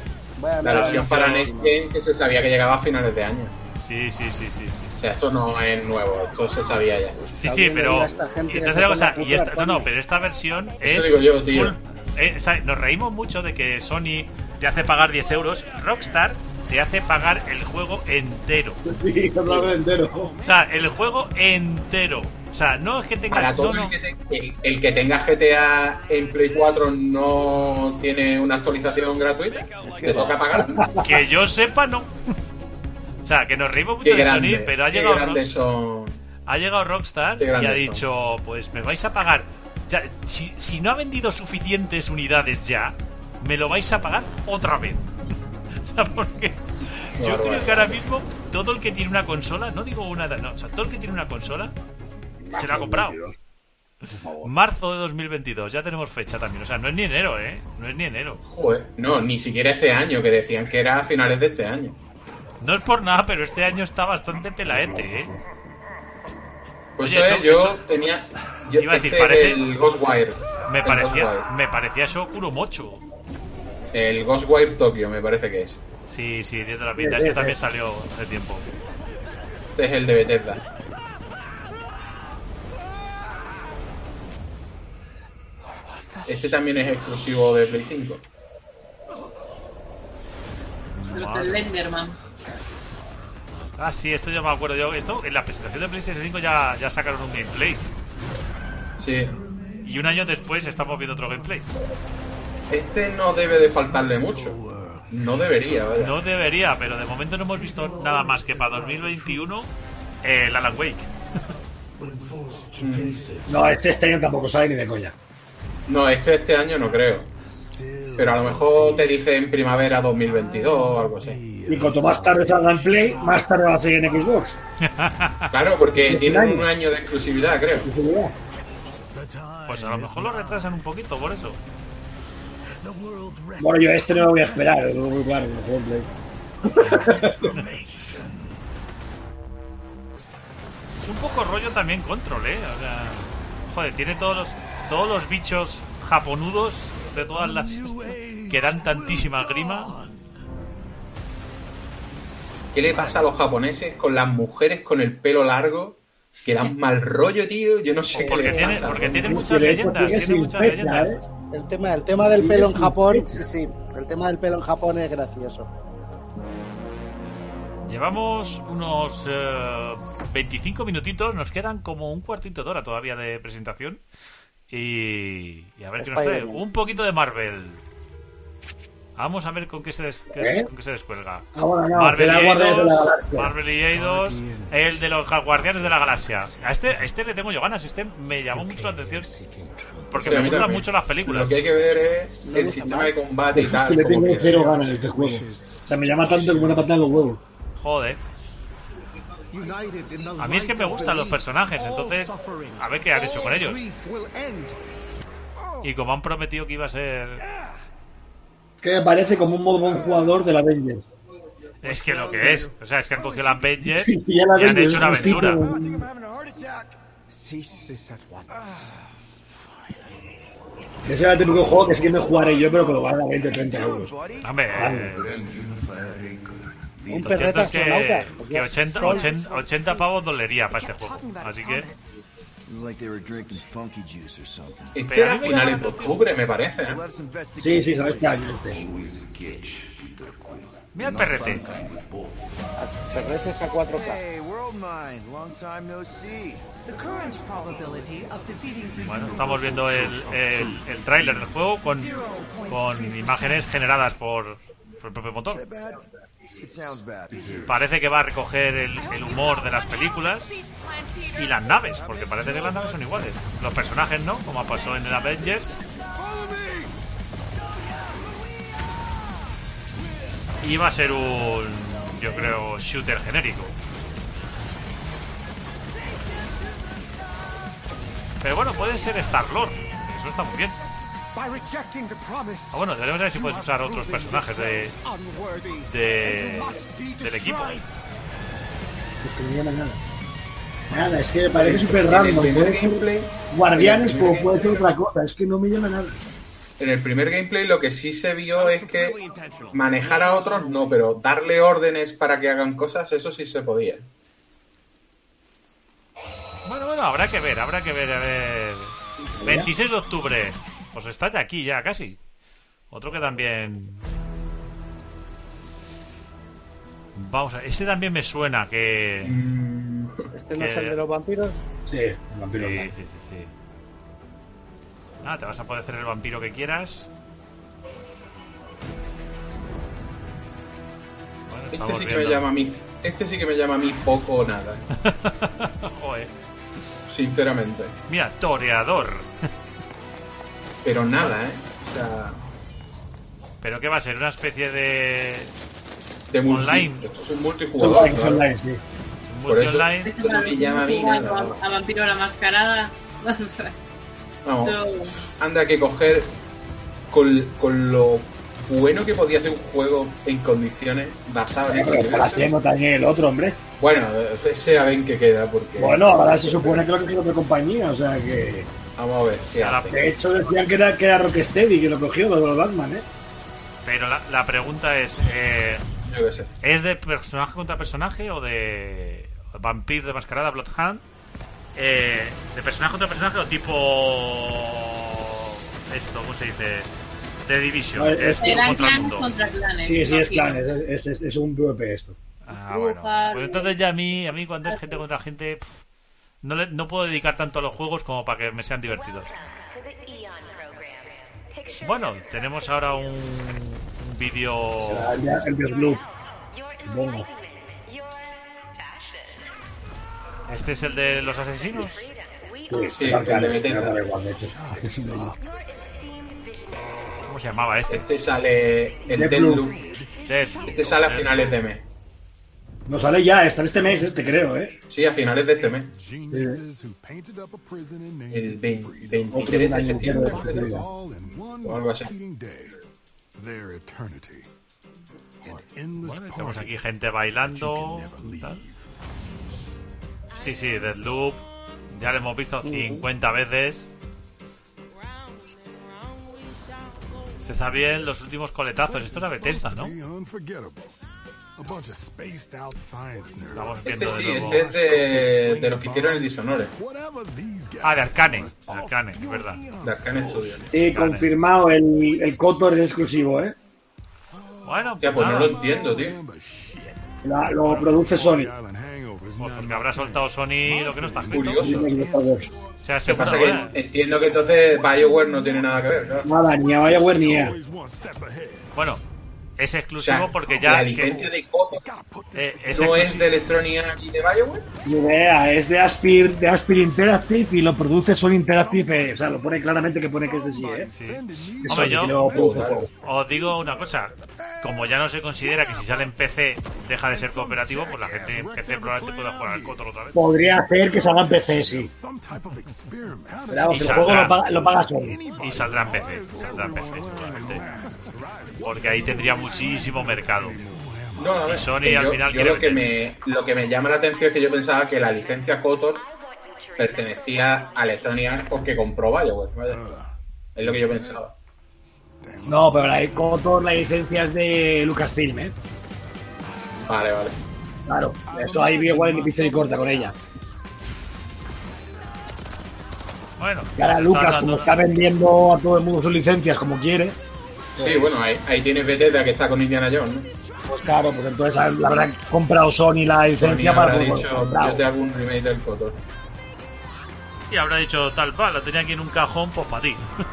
B: Vaya
E: La versión para
A: versión.
E: Next Gen que se sabía que llegaba a finales de año.
A: Sí, sí, sí, sí, sí.
E: O sea, esto no es nuevo, esto se sabía ya.
A: Sí, sí,
B: Alguien le
A: pero.
B: diga a esta gente
A: y
B: que
A: entonces
B: se
A: la
B: ponga
A: cosa,
B: a
A: y esta-
B: currar,
A: no, no,
B: coño.
A: pero esta versión
E: Eso
A: es
E: digo yo, tío.
A: full, eh, sa- nos reímos mucho de que Sony te hace pagar 10 euros, Rockstar te hace pagar el juego entero.
D: Sí, lo hablo entero.
A: O sea, el juego entero. O sea, no es que tengas...
E: Para todo
A: no, no.
E: el que, te- el- el que tenga GTA en Play 4 no tiene una actualización gratuita, te toca pagar.
A: Que yo sepa, no. O sea, que nos reímos mucho
E: Qué
A: de
E: grande,
A: Sony, pero ha
E: qué
A: llegado,
E: grandes
A: Rockstar,
E: son.
A: ha llegado Rockstar
E: qué
A: y ha
E: grandes
A: dicho, pues me vais a pagar. Ya, si, si no ha vendido suficientes unidades ya, me lo vais a pagar otra vez. O sea, porque yo
E: barbaridad.
A: creo que ahora mismo todo el que tiene una consola, no digo una, no, o sea, todo el que tiene una consola se la ha comprado.
D: Por favor.
A: Marzo de 2022, ya tenemos fecha también. O sea, no es ni enero, ¿eh? No es ni enero.
E: Joder, no, ni siquiera este año, que decían que era a finales de este año.
A: No es por nada, pero este año está bastante pelaete, ¿eh?
E: Pues
A: Oye,
E: eh,
A: eso-
E: yo
A: eso-
E: tenía. Yo
A: Iba a decir,
E: este
A: parece-
E: El Ghostwire.
A: Me
E: el
A: parecía,
E: Ghostwire.
A: me parecía eso Kuromocho.
E: El Ghostwire Tokyo, me parece que es.
A: Sí, sí, tiene toda la pinta. Este también salió hace tiempo.
E: Este es el de Bethesda. Este también es exclusivo de Play 5.
C: Los del Lenderman.
A: Ah, sí, esto ya me acuerdo yo. Esto en la presentación de PlayStation 5 ya, ya sacaron un gameplay.
E: Sí.
A: Y un año después estamos viendo otro gameplay.
E: Este no debe de faltarle mucho. No debería, vaya.
A: No debería, pero de momento no hemos visto nada más que para 2021 el Alan Wake.
D: No, este, este año tampoco sale ni de coña.
E: No, este este año no creo. Pero a lo mejor te dice en primavera 2022 o algo así.
D: Y cuanto más tarde salga en Play, más tarde va a seguir en Xbox.
E: Claro, porque
D: Un
E: tiene
D: año.
E: un año de exclusividad, creo.
D: De seguridad.
A: Pues a lo mejor lo retrasan un poquito por eso.
D: Bueno, yo este no lo voy a esperar, es muy claro, no juego en Play.
A: Un poco rollo también control, eh. O sea, joder, tiene todos los, todos los bichos japonudos de todas las que dan tantísima grima.
E: ¿Qué le pasa a los japoneses con las mujeres con el pelo largo? Que dan mal rollo, tío. Yo no sé
A: Porque
E: qué les
A: tiene-
E: pasa.
A: porque tiene
D: Y
A: muchas
D: de hecho
A: leyendas,
D: sigue
A: tiene
D: sin
A: muchas
D: fecha,
A: leyendas.
D: ¿eh?
B: El tema, el tema del pelo en
D: Sí,
B: Japón,
D: sí.
B: sí, sí. El tema del pelo en Japón es gracioso.
A: Llevamos unos eh, 25 minutitos, nos quedan como un cuartito de hora todavía de presentación. Y, y a ver qué nos trae.
B: Spider-Man.
A: Un poquito de Marvel. Vamos a ver con qué se, des- qué- con qué se descuelga.
D: Ah, bueno, ¿Eh? no,
A: Marvel
D: Marvel
A: y
D: Guardianes de la
A: Eidos,
D: Galaxia.
A: Marvel y Eidos, el de los Guardianes de la Galaxia. A este, a este le tengo yo ganas, este me llamó mucho la atención porque
E: Sí, a
A: me
E: mí
A: gustan
E: también.
A: mucho las
E: Lo
A: películas.
E: que hay que ver es
B: Me
E: el
B: gusta
E: sistema
B: más.
E: de combate y tal.
D: Si le
E: como
D: tengo
E: que-
D: cero ganas de este juego. O sea, me llama tanto como una patada en los huevos.
A: Joder.
F: A mí es que me gustan los personajes, entonces a ver qué han hecho con ellos.
A: Y como han prometido que iba a ser...
D: Que me parece como un modo buen jugador de la Avengers.
A: Es que lo que es. O sea, es que han cogido las Avengers
D: Sí,
A: y
D: ya la
A: han
D: Avengers,
A: hecho una
D: es tipo-
A: aventura.
D: Ese era el típico juego que sí que me jugaré yo, pero que lo vale a 20 30 euros.
A: Hombre,
B: Un
A: lo cierto
B: perreta
A: es que,
B: astronauta.
A: que 80, 80, 80 pavos dolería para este juego. Así que,
E: Este
A: Pero a
E: era
A: mí me
E: finales
A: llama
E: de
A: la
E: octubre, me parece. ¿eh?
D: Sí, sí, no, este año. este.
A: mira el perrete.
B: Perretes a 4K.
A: Bueno, estamos viendo el, el, el tráiler del juego con, con imágenes generadas por, por el propio motor. Parece que va a recoger el, el humor de las películas y las naves, porque parece que las naves son iguales. Los personajes no, como pasó en el Avengers. Y va a ser un, yo creo, shooter genérico. Pero bueno, pueden ser Star-Lord. Eso está muy bien. Ah, bueno, tenemos que ver si puedes usar otros personajes de, de- del equipo.
D: Es que no llama nada. Nada, es que me parece súper
E: En el
D: random.
E: primer
D: Puede ser
E: gameplay.
D: Guardianes
E: en el
D: como
E: primer
D: puede ser
E: gameplay-
D: otra cosa. Es que no me llama nada.
E: En el primer gameplay lo que sí se vio
A: Ah,
E: es que manejar a otros no, pero darle órdenes para que hagan cosas, eso sí se podía.
A: Bueno, bueno, habrá que ver, habrá que ver, a ver. 26 de octubre. Pues está ya aquí, ya casi. Otro que también. Vamos a Este también me suena que.
E: Mm,
B: Este no
A: Que-
B: es
A: Ah,
B: el de los vampiros.
D: Sí,
A: Sí,
D: vampiro
A: sí,
D: blanco.
A: sí, sí. Ah, te vas a poder hacer el vampiro que quieras. Bueno,
E: Este
A: estamos
E: sí que me
A: viendo.
E: llama a mí. Este sí que me llama a mí poco o nada.
A: Joder.
E: Sinceramente.
A: Mira, toreador.
E: Pero nada, ¿eh? O sea,
A: ¿Pero qué va a ser? ¿Una especie de
E: de multi-
A: Online.
E: Esto es un
D: Son
E: multijugador.
D: likes,
E: ¿no?
D: son likes, sí.
E: Por
A: multi
E: eso-
A: online?
C: Esto
E: no me llama a mí nada,
C: a,
E: vamos.
C: a vampiro la mascarada.
E: Vamos,
C: Yo-
E: anda que coger con, con lo bueno que podía ser un juego en condiciones basadas en este
D: Pero para
E: universo.
D: haciendo también el otro, hombre.
E: Bueno, ese a ver qué queda, porque.
D: Bueno, ahora se supone que lo que es otra compañía, o sea que.
E: Vamos a ver qué
A: Ahora-
E: hace.
D: De hecho, decían que era, que era Rocksteady que lo cogió, lo de los Batman, ¿eh?
A: Pero la, la pregunta es, eh,
E: Yo qué sé.
A: ¿es de personaje contra personaje o de vampiro de mascarada, Bloodhound? Eh, ¿De personaje contra personaje o tipo... Esto, ¿cómo se dice? De Division,
D: No,
A: que
D: es-
A: es uno
C: Eran
A: contra el
C: clanes
A: mundo.
C: contra clanes.
D: Sí, sí, es
C: imagino.
D: claro, es, es- es un PvP esto.
A: Ah, bueno.
C: Brujas,
A: Pues entonces ya a mí, a mí cuando es gente contra gente, pff, no, le- no puedo dedicar tanto a los juegos como para que me sean divertidos. Bueno, tenemos ahora un, un vídeo...
D: Ah, ya, El Dios Blue. Bueno.
A: Este es el de los asesinos.
E: Sí,
D: Dark
E: el de
D: Alex,
E: Beteta.
D: me da igual, de hecho. Es un bello.
A: ¿Cómo se llamaba este?
E: Este sale el
D: Deathloop.
E: Deadloop.
A: Dead.
E: Este sale a finales de mes.
D: Nos sale ya, está este mes, este creo, ¿eh?
E: Sí, a finales de este mes.
F: Geniuses who painted up a prison and named
E: El
F: it
E: 20
F: freedom.
E: 23 de septiembre.
F: It was all in one
E: O algo así.
F: repeating day. Their eternity. An endless
A: Bueno, y tenemos
F: party
A: Pues aquí
F: that
A: gente
F: you
A: bailando.
F: can never
A: tal.
F: leave.
A: Sí, sí, Deadloop. Ya lo hemos visto 50 veces. Se sabían los últimos coletazos. Esto era Bethesda, ¿no?
F: Be unforgettable. A bunch of spaced out science nerds.
A: Estamos
E: Este
A: viendo de
E: sí,
A: nuevo.
E: este es de, de los que hicieron el Dishonored.
F: Whatever these guys
A: Ah, de Arcane.
F: are,
A: De Arcane, es
F: all
A: verdad.
E: De Arcane Studios.
D: Sí,
A: Vale.
D: confirmado, el, el Cotor es exclusivo, ¿eh?
A: Bueno,
E: Ya,
A: pues
E: pues no lo
A: nada.
E: entiendo, tío.
F: remember shit.
D: La- lo produce Sony.
F: Island hangover is
A: Pues
F: not
A: porque
F: my
A: habrá soltado Sony lo que no está escrito.
E: Curioso.
D: Disney Group Brothers.
A: Se ha
E: ¿Qué pasa?
A: asegurado. ¿eh?
E: Que entiendo que entonces Bioware no tiene nada que ver, claro.
D: Nada, ni a Bioware ni a.
F: Always one step ahead.
A: Bueno,
E: O
A: es
E: sea,
A: exclusivo porque
E: la
A: ya.
E: licencia
A: que-
E: de Kotor
F: Gotta put this
A: eh, es
E: no es
A: exclusivo.
E: de Electronic Arts y de Bioware.
D: Ni idea, es de Aspir, de Aspir Interactive y lo produce Sony Interactive. eh, O sea, lo pone claramente que pone que es de sí, ¿eh?
A: Sí.
D: Que
A: Hombre,
D: Sony
A: yo-
D: que lo produce todo.
A: Os digo una cosa, como ya no se considera que si sale en PC deja de ser cooperativo, pues la gente en PC probablemente pueda jugar al Cotor otra vez.
D: Podría hacer que salga en PC, sí.
F: some type of experiment. How does
D: Pero vamos,
A: Y
D: el juego
A: saldrá.
D: lo paga, lo paga Sony.
A: Y saldrá en PC, saldrá en PC seguramente, porque ahí tendría muchísimo mercado.
E: No, a ver,
A: Y Sony
E: que
A: al
E: yo-
A: final
E: yo
A: quiere
E: lo que, me, lo que me llama la atención es que yo pensaba que la licencia Kotor pertenecía a Electronic Arts porque compró Bioware. vaya.
D: Ah.
E: Es lo que yo pensaba.
D: No, pero la, como todas las licencias de Lucasfilm, ¿eh?
E: Vale, vale.
D: Claro, eso ahí Bioware ni pizza ni corta con ella.
A: Bueno,
D: Y ahora
A: está
D: Lucas,
A: hablando-
D: como está vendiendo a todo el mundo sus licencias como quiere,
E: Sí, bueno, ahí, ahí tienes Bethesda que está con Indiana Jones. ¿no?
D: pues claro, pues entonces la habrán comprado Sony la
E: Sony
D: licencia para
E: habrá
D: pues,
E: dicho,
D: pues, bravo.
E: yo te hago un remake del Kotor.
A: Y habrá dicho tal, va, la tenía aquí en un cajón, pues para ti.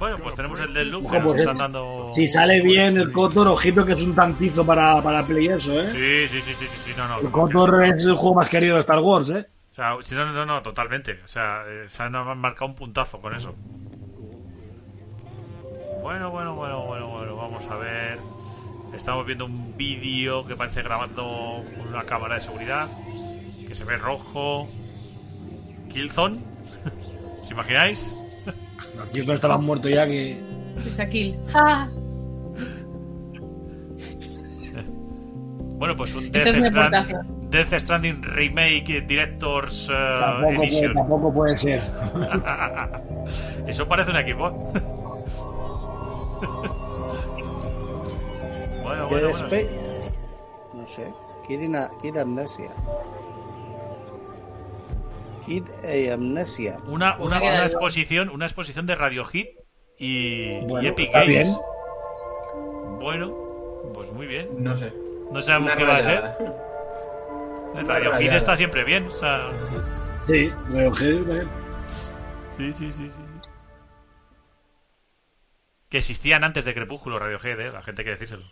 A: Bueno, pues tenemos el del Luke que
D: Ojo,
A: nos
D: pues,
A: están dando...
D: Si sale bien el Cotor, ojito que es un tantizo para, para Play eso, ¿eh?
A: Sí, sí, sí, sí, sí, sí, no, no.
D: El Cotor es el juego más querido de Star Wars, ¿eh?
A: O sea, sí, no, no, no, totalmente. O sea, eh, se han marcado un puntazo con eso. Bueno, bueno, bueno, bueno, bueno, vamos a ver. Estamos viendo un vídeo que parece grabando con una cámara de seguridad. Que se ve rojo. Killzone. ¿Os imagináis?
D: Aquí no estaban muerto ya que...
C: Está kill. Pues ¡Ja!
A: Bueno, pues un
C: Este es
A: Death,
C: mi
A: Strand-
C: aportación.
A: Death Stranding Remake Directors eh,
D: tampoco, puede,
A: Edition.
D: tampoco puede ser.
A: Eso parece un equipo. bueno,
B: ¿Qué
A: bueno,
B: de
A: bueno.
B: Spe- No sé. Kid, Ina- Kid Amnesia. Kid e Amnesia.
A: Una,
C: Una
A: una,
C: queda
A: una
C: de-
A: exposición, una exposición de Radio Hit y, y
D: Bueno,
E: pues,
A: Epic
D: está
A: Games.
D: bien.
A: Bueno, pues muy bien.
E: No sé.
A: No sabemos
E: Una
A: qué va a ser.
E: rayada.
A: El
E: Una
A: Radio Hit
E: rayada.
A: está siempre bien. O sea,
D: Sí, eh, Río G también.
A: sí, sí, sí, sí, sí. Que existían antes de Crepúsculo Radio Hit, ¿eh? la gente hay que decírselo.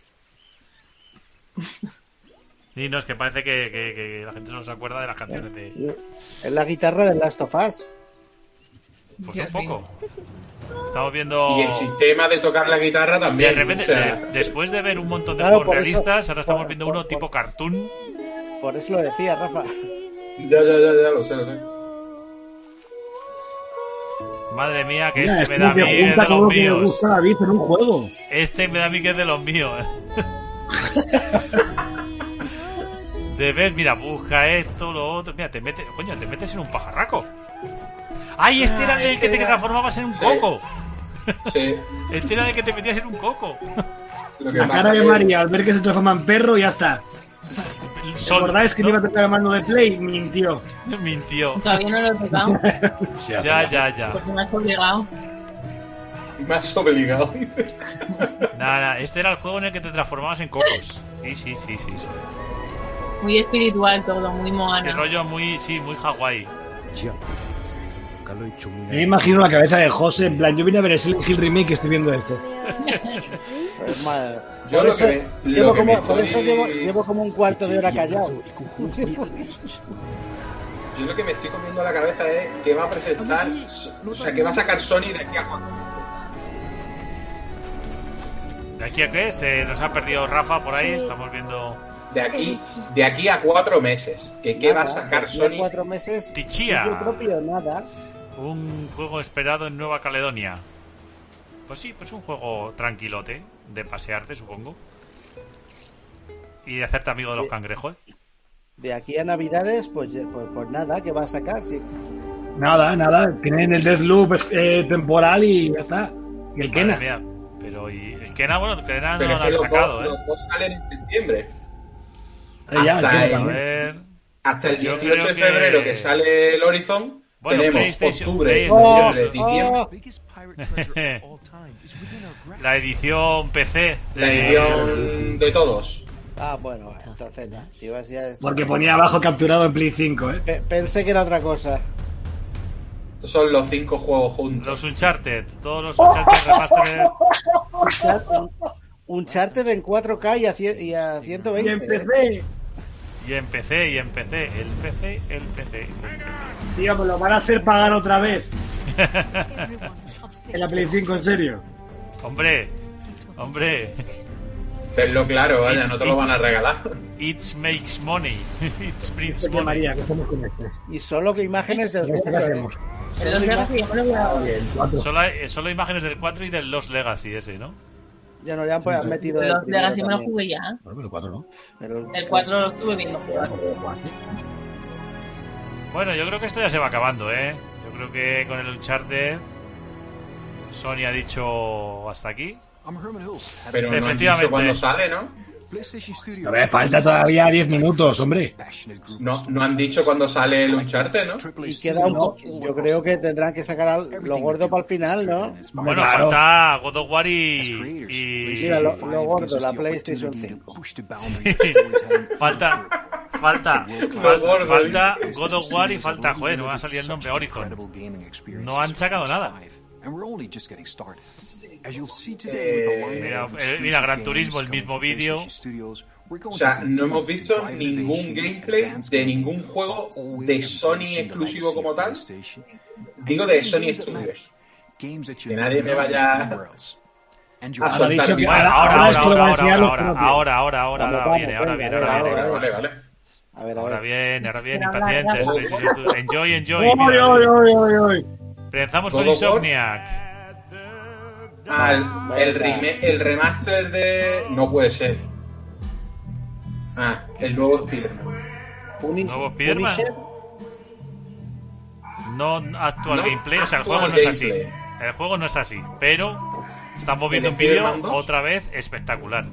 A: Sí, no, es que parece que, que- que la gente no se acuerda de las canciones de...
B: Es la guitarra de Last of Us.
A: Pues
C: Dios
A: un
C: mío.
A: poco. Estamos viendo...
E: Y el sistema de tocar la guitarra
A: De
E: también.
A: repente,
E: o sea,
A: de- después de ver un montón de
B: Claro,
A: juegos
B: por eso-
A: realistas, ahora estamos
B: por-
A: viendo
B: por-
A: uno
B: por-
A: tipo cartoon.
B: Por eso lo decía Rafa.
E: Ya, ya, ya, ya, lo sé, lo sé.
A: Madre mía, que
D: Mira,
A: este
D: es
A: me
D: que
A: da a mí
D: me
A: es
D: gusta
A: de los
D: cómo me
A: míos.
D: gusta David en un juego.
A: Este me da a mí que es de los míos. De ver, mira, busca esto, lo otro. Mira, te metes, coño, te metes en un pajarraco. ¡Ay, este era
B: Ah,
A: el que
B: este
A: te
B: era-
A: transformabas en un
E: Sí.
A: coco!
E: Sí.
A: Este era el que te metías en un coco.
E: Lo que
D: La
E: pasa
D: cara de
E: que-
D: María al ver que se transforma en perro y ya está.
A: Sol,
D: ¿Recordáis que
A: ¿no?
D: no iba a tocar la mano de Play? Mintió.
A: Mintió.
C: Todavía no lo he tocado
A: Ya, ya, ya.
C: porque me has obligado.
E: Me has obligado, dice.
A: Nada, este era el juego en el que te transformabas en cocos. Sí, sí, sí, sí. sí.
C: Muy espiritual todo, muy
A: El
C: moana.
A: rollo muy, sí, muy Hawái.
F: Ya. Nunca lo he hecho muy
D: Yo Me imagino la cabeza de José, en plan, yo vine a ver el Silent Hill Remake y estoy viendo esto.
B: Pues, madre.
E: Yo
B: Por
E: lo
B: eso
E: que me-
B: llevo
E: lo que me
B: como- por eso
E: estoy-
B: llevo- llevo como un cuarto de hora callado.
E: Yo lo que me estoy comiendo la cabeza es que va a presentar. O sea, que va a sacar Sony de aquí a cuando.
A: ¿De aquí a qué? Se nos ha perdido Rafa por ahí, estamos viendo
E: De aquí, de aquí a cuatro meses. Que qué va a
B: Nada,
E: sacar
B: de
E: Sony.
B: cuatro meses.
A: Tichía.
B: sitio propio, nada.
A: un juego esperado en Nueva Caledonia. Pues sí, pues un juego tranquilote, de pasearte, supongo. Y de hacerte amigo de
E: Eh,
A: los cangrejos.
B: De aquí a Navidades, pues, eh, pues, pues nada, que va a sacar. Sí.
D: Nada, nada. Tienen el Deathloop eh, temporal y ya está. Y el
A: Madre
D: Kena.
A: mía. Pero y el Kena, bueno, el Kena no
E: Pero
A: lo
E: es que
A: han
E: los,
A: sacado,
E: dos,
A: ¿eh?
E: los dos salen en septiembre.
D: Eh, ya, el
E: Hasta
D: Kena
E: ahí.
A: A
D: también.
A: ver.
E: Hasta el
A: Yo
E: 18 de
A: creo que-
E: febrero que sale el Horizon.
A: Bueno,
E: tenemos
A: PlayStation,
E: octubre,
A: PlayStation.
E: noviembre, diciembre.
B: Oh,
A: La edición PC. de-
E: La edición de todos.
B: ah, bueno, entonces no. Si vas ya está.
D: Porque ponía abajo capturado en Play 5, ¿eh?
B: pues, Pe- pensé que era otra cosa.
E: Son los cinco juegos juntos.
A: Los Uncharted. Todos los Uncharted remastered.
B: Un charter en 4K y a, cien- y a
D: Y
B: 120. ¿eh?
D: empecé.
A: Y en PC, y en PC. El PC, el PC. el PC.
D: Tío, me lo van a hacer pagar otra vez.
G: Everyone's
D: En la
G: obsessed.
D: Play 5, en serio.
A: Hombre,
G: It's what they
A: hombre.
E: Tenlo claro, vaya, no te lo van a regalar.
A: It makes money. It brings
D: Oye,
A: money.
D: María, que este. estamos con esto.
B: Y solo que imágenes del
D: ¿Qué hacemos?
B: ¿eh?
C: Pero Los juegos que yo me lo he jugado.
D: El 4.
A: Solo, eh, solo imágenes del 4 y del Lost Legacy ese, ¿no?
B: Ya no le han pues, han metido. del
C: Los
B: primero
C: Legacy me lo
B: también.
C: jugué ya.
F: Bueno, pero cuatro no.
B: Pero-
C: El 4 lo estuve viendo jugar.
A: Bueno, yo creo que esto ya se va acabando, ¿eh? Yo creo que con el Uncharted Sony ha dicho hasta aquí.
E: Pero no han
A: Efectivamente.
E: dicho cuándo sale, ¿no?
D: A ver, falta todavía 10 minutos, hombre.
E: No, no han dicho cuándo sale el Uncharted, ¿no?
B: Y queda un po- Yo creo que tendrán que sacar al- lo gordo para el final, ¿no?
A: Bueno,
D: claro.
A: falta God of War y... y-
B: Mira, lo- lo gordo, la PlayStation 5.
A: falta... Falta,
E: Lo gordo,
A: fal- falta God of War y falta, joder, no va a salir el nombre Horizon. No han sacado nada. Mira, eh, mira, Gran Turismo, el mismo vídeo.
E: O sea, no hemos visto ningún gameplay de ningún juego de Sony exclusivo como tal. Digo de Sony Studios. Que nadie me vaya a
D: Ahora
E: soltar
D: dicho que-
E: mi
A: Ahora,
D: Ahora-
A: ahora,
D: ahora
A: ahora,
D: es que lo van a
A: ahora,
D: enseñar los
A: ahora, ahora,
D: propios.
A: ahora, ahora, ahora,
B: Vamos,
A: ahora viene,
B: vamos, venga,
A: ahora viene,
B: venga,
A: ahora
E: Vale,
A: viene.
B: venga,
E: vale, vale.
B: A ver, a
A: Ahora
B: ver.
A: bien, ahora bien,
C: Pero habla,
A: impacientes.
E: habla.
A: PlayStation Studios. Enjoy, enjoy.
D: ¡Oy, oy, oy, oy, oy!
A: Pensamos
E: God
A: con
E: of War.
A: Insomniac.
E: Ah, el, el reme- el remaster de... No puede ser. Ah, el nuevo Spider-Man.
B: Puni-
A: ¿Nuevo Spiderman?
B: Punisher,
A: No actual
E: No
A: gameplay, o sea, el
E: actual
A: juego no es así.
E: gameplay.
A: El juego no es así, pero estamos viendo
E: ¿El
A: un vídeo
E: Spider-Man 2?
A: otra vez espectacular.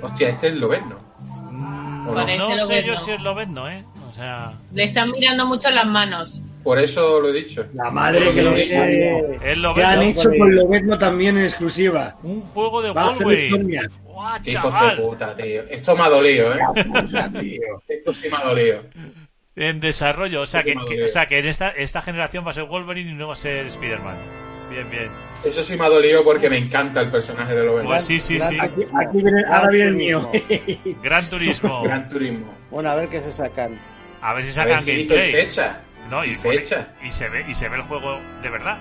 E: Hostia, este es lo ¿no? ¿O no?
C: Parece
A: No sé
C: esloveno.
A: yo si es lo vendo, ¿eh? No sea,
C: Le están mirando mucho las manos.
E: Por eso lo he dicho.
D: La madre que lo tiene.
A: es lo
D: Se han
A: bello.
D: hecho con Lobezno también en exclusiva.
A: Un juego de
D: Va a hacer
A: Galway.
D: Victoria.
A: ¡Guau,
E: Qué hijos de
A: chaval!
E: puta, tío. Esto me ha dolido, ¿eh? Esto sí me ha dolido.
A: En desarrollo. O sea,
E: Qué
A: que,
E: madre.
A: que- o sea, que en esta, esta generación va a ser Wolverine y no va a ser Spider-Man. Bien, bien.
E: Eso sí me ha dolido porque me encanta el personaje de Lobezno.
A: Pues sí, sí, sí.
D: Aquí, aquí viene, ahora viene el mío.
A: Gran Turismo.
E: Gran Turismo.
B: Bueno, a ver qué se sacan.
A: A ver si
E: A ver
A: sacan
E: si dicen
A: gameplay.
E: fecha.
A: No, y,
E: y
A: pone-
E: fecha.
A: y se ve, y se ve el juego de verdad.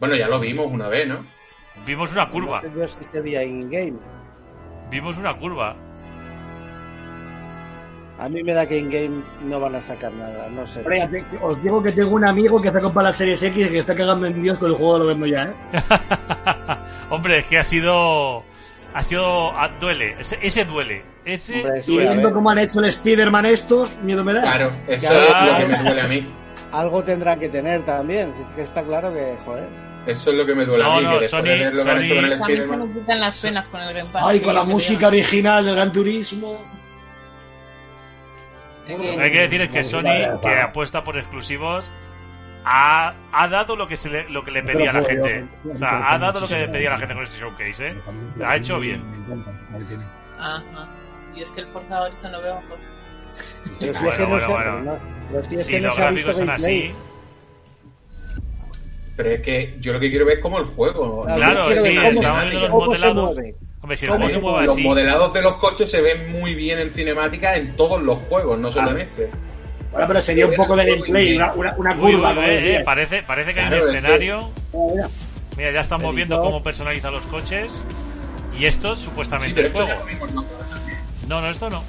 E: Bueno, ya lo vimos una vez, ¿no?
A: Vimos una
B: No
A: curva.
B: sé Este yo si se veía in-game.
A: Vimos una curva.
B: A mí me da que in-game no van a sacar nada, no sé.
D: Ahora ya te- os digo que tengo un amigo que está para la Series X que está cagando en Dios con el juego de Lobezno ya, ¿eh?
A: Hombre, es que ha sido. Ha sido. ah, duele. Ese, ese duele. Ese.
B: Hombre, sí,
D: Y
B: a
D: viendo
B: ver,
D: cómo han hecho el Spider-Man estos, miedo me da.
E: Claro, eso es
B: Claro.
E: lo que me duele a mí.
B: Algo tendrán que tener también. Si es que está claro que, joder.
E: Eso es lo que me duele
A: No,
E: a mí,
A: no,
E: que después
A: Sony-
E: de ver lo que han hecho con el
C: También se nos
E: Spider-Man.
C: quitan las penas con el Game Pass.
D: Ay, con la
C: yo creo.
D: música original del Gran Turismo.
C: Es que-
A: Hay que decir es que
D: Vale,
A: Sony,
D: vale,
A: que
D: vale.
A: apuesta por exclusivos, ha, ha dado lo que, se le, lo que le pedía a la
D: Pero, pero,
A: gente.
D: pero,
A: O sea,
D: pero,
A: ha dado lo que le
D: muchísimo.
A: pedía a la gente con este showcase, ¿eh? Ha hecho bien.
D: Me encanta, ahí tiene.
C: Ajá. Y es que el Forza Horizon lo veo mejor.
B: Pero si
A: Bueno,
B: es que no
A: bueno,
B: se
A: bueno.
B: no- pero si es
A: Si
B: que no
A: los
B: se ha visto
A: gráficos son
B: gameplay.
A: así.
E: Pero es que yo lo que quiero ver es como el juego.
B: Ah,
A: Claro,
E: Yo quiero
A: sí,
E: ver
B: cómo,
A: estamos
E: cinemáticas.
A: viendo los
B: cómo se
A: modelados.
B: mueve.
A: Hombre, si el
B: ¿Cómo
A: juego se
B: se
A: mueve
E: Los
A: así.
E: modelados de los coches se ven muy bien en cinemática en todos los juegos, no solo en este.
A: Ah,
D: Bueno, pero sería un poco de gameplay, una, una, una
A: Uy,
D: curva.
A: uy,
D: como
A: eh, eh,
D: decía.
A: parece, parece que hay
E: Claro,
A: un
E: es que-
A: escenario.
D: Mira,
A: Mira, ya estamos viendo cómo personaliza los coches. Y esto es
E: Sí,
A: supuestamente
E: pero
A: el
E: esto ya
A: juego.
E: lo vimos, ¿no?
A: No, no, esto no.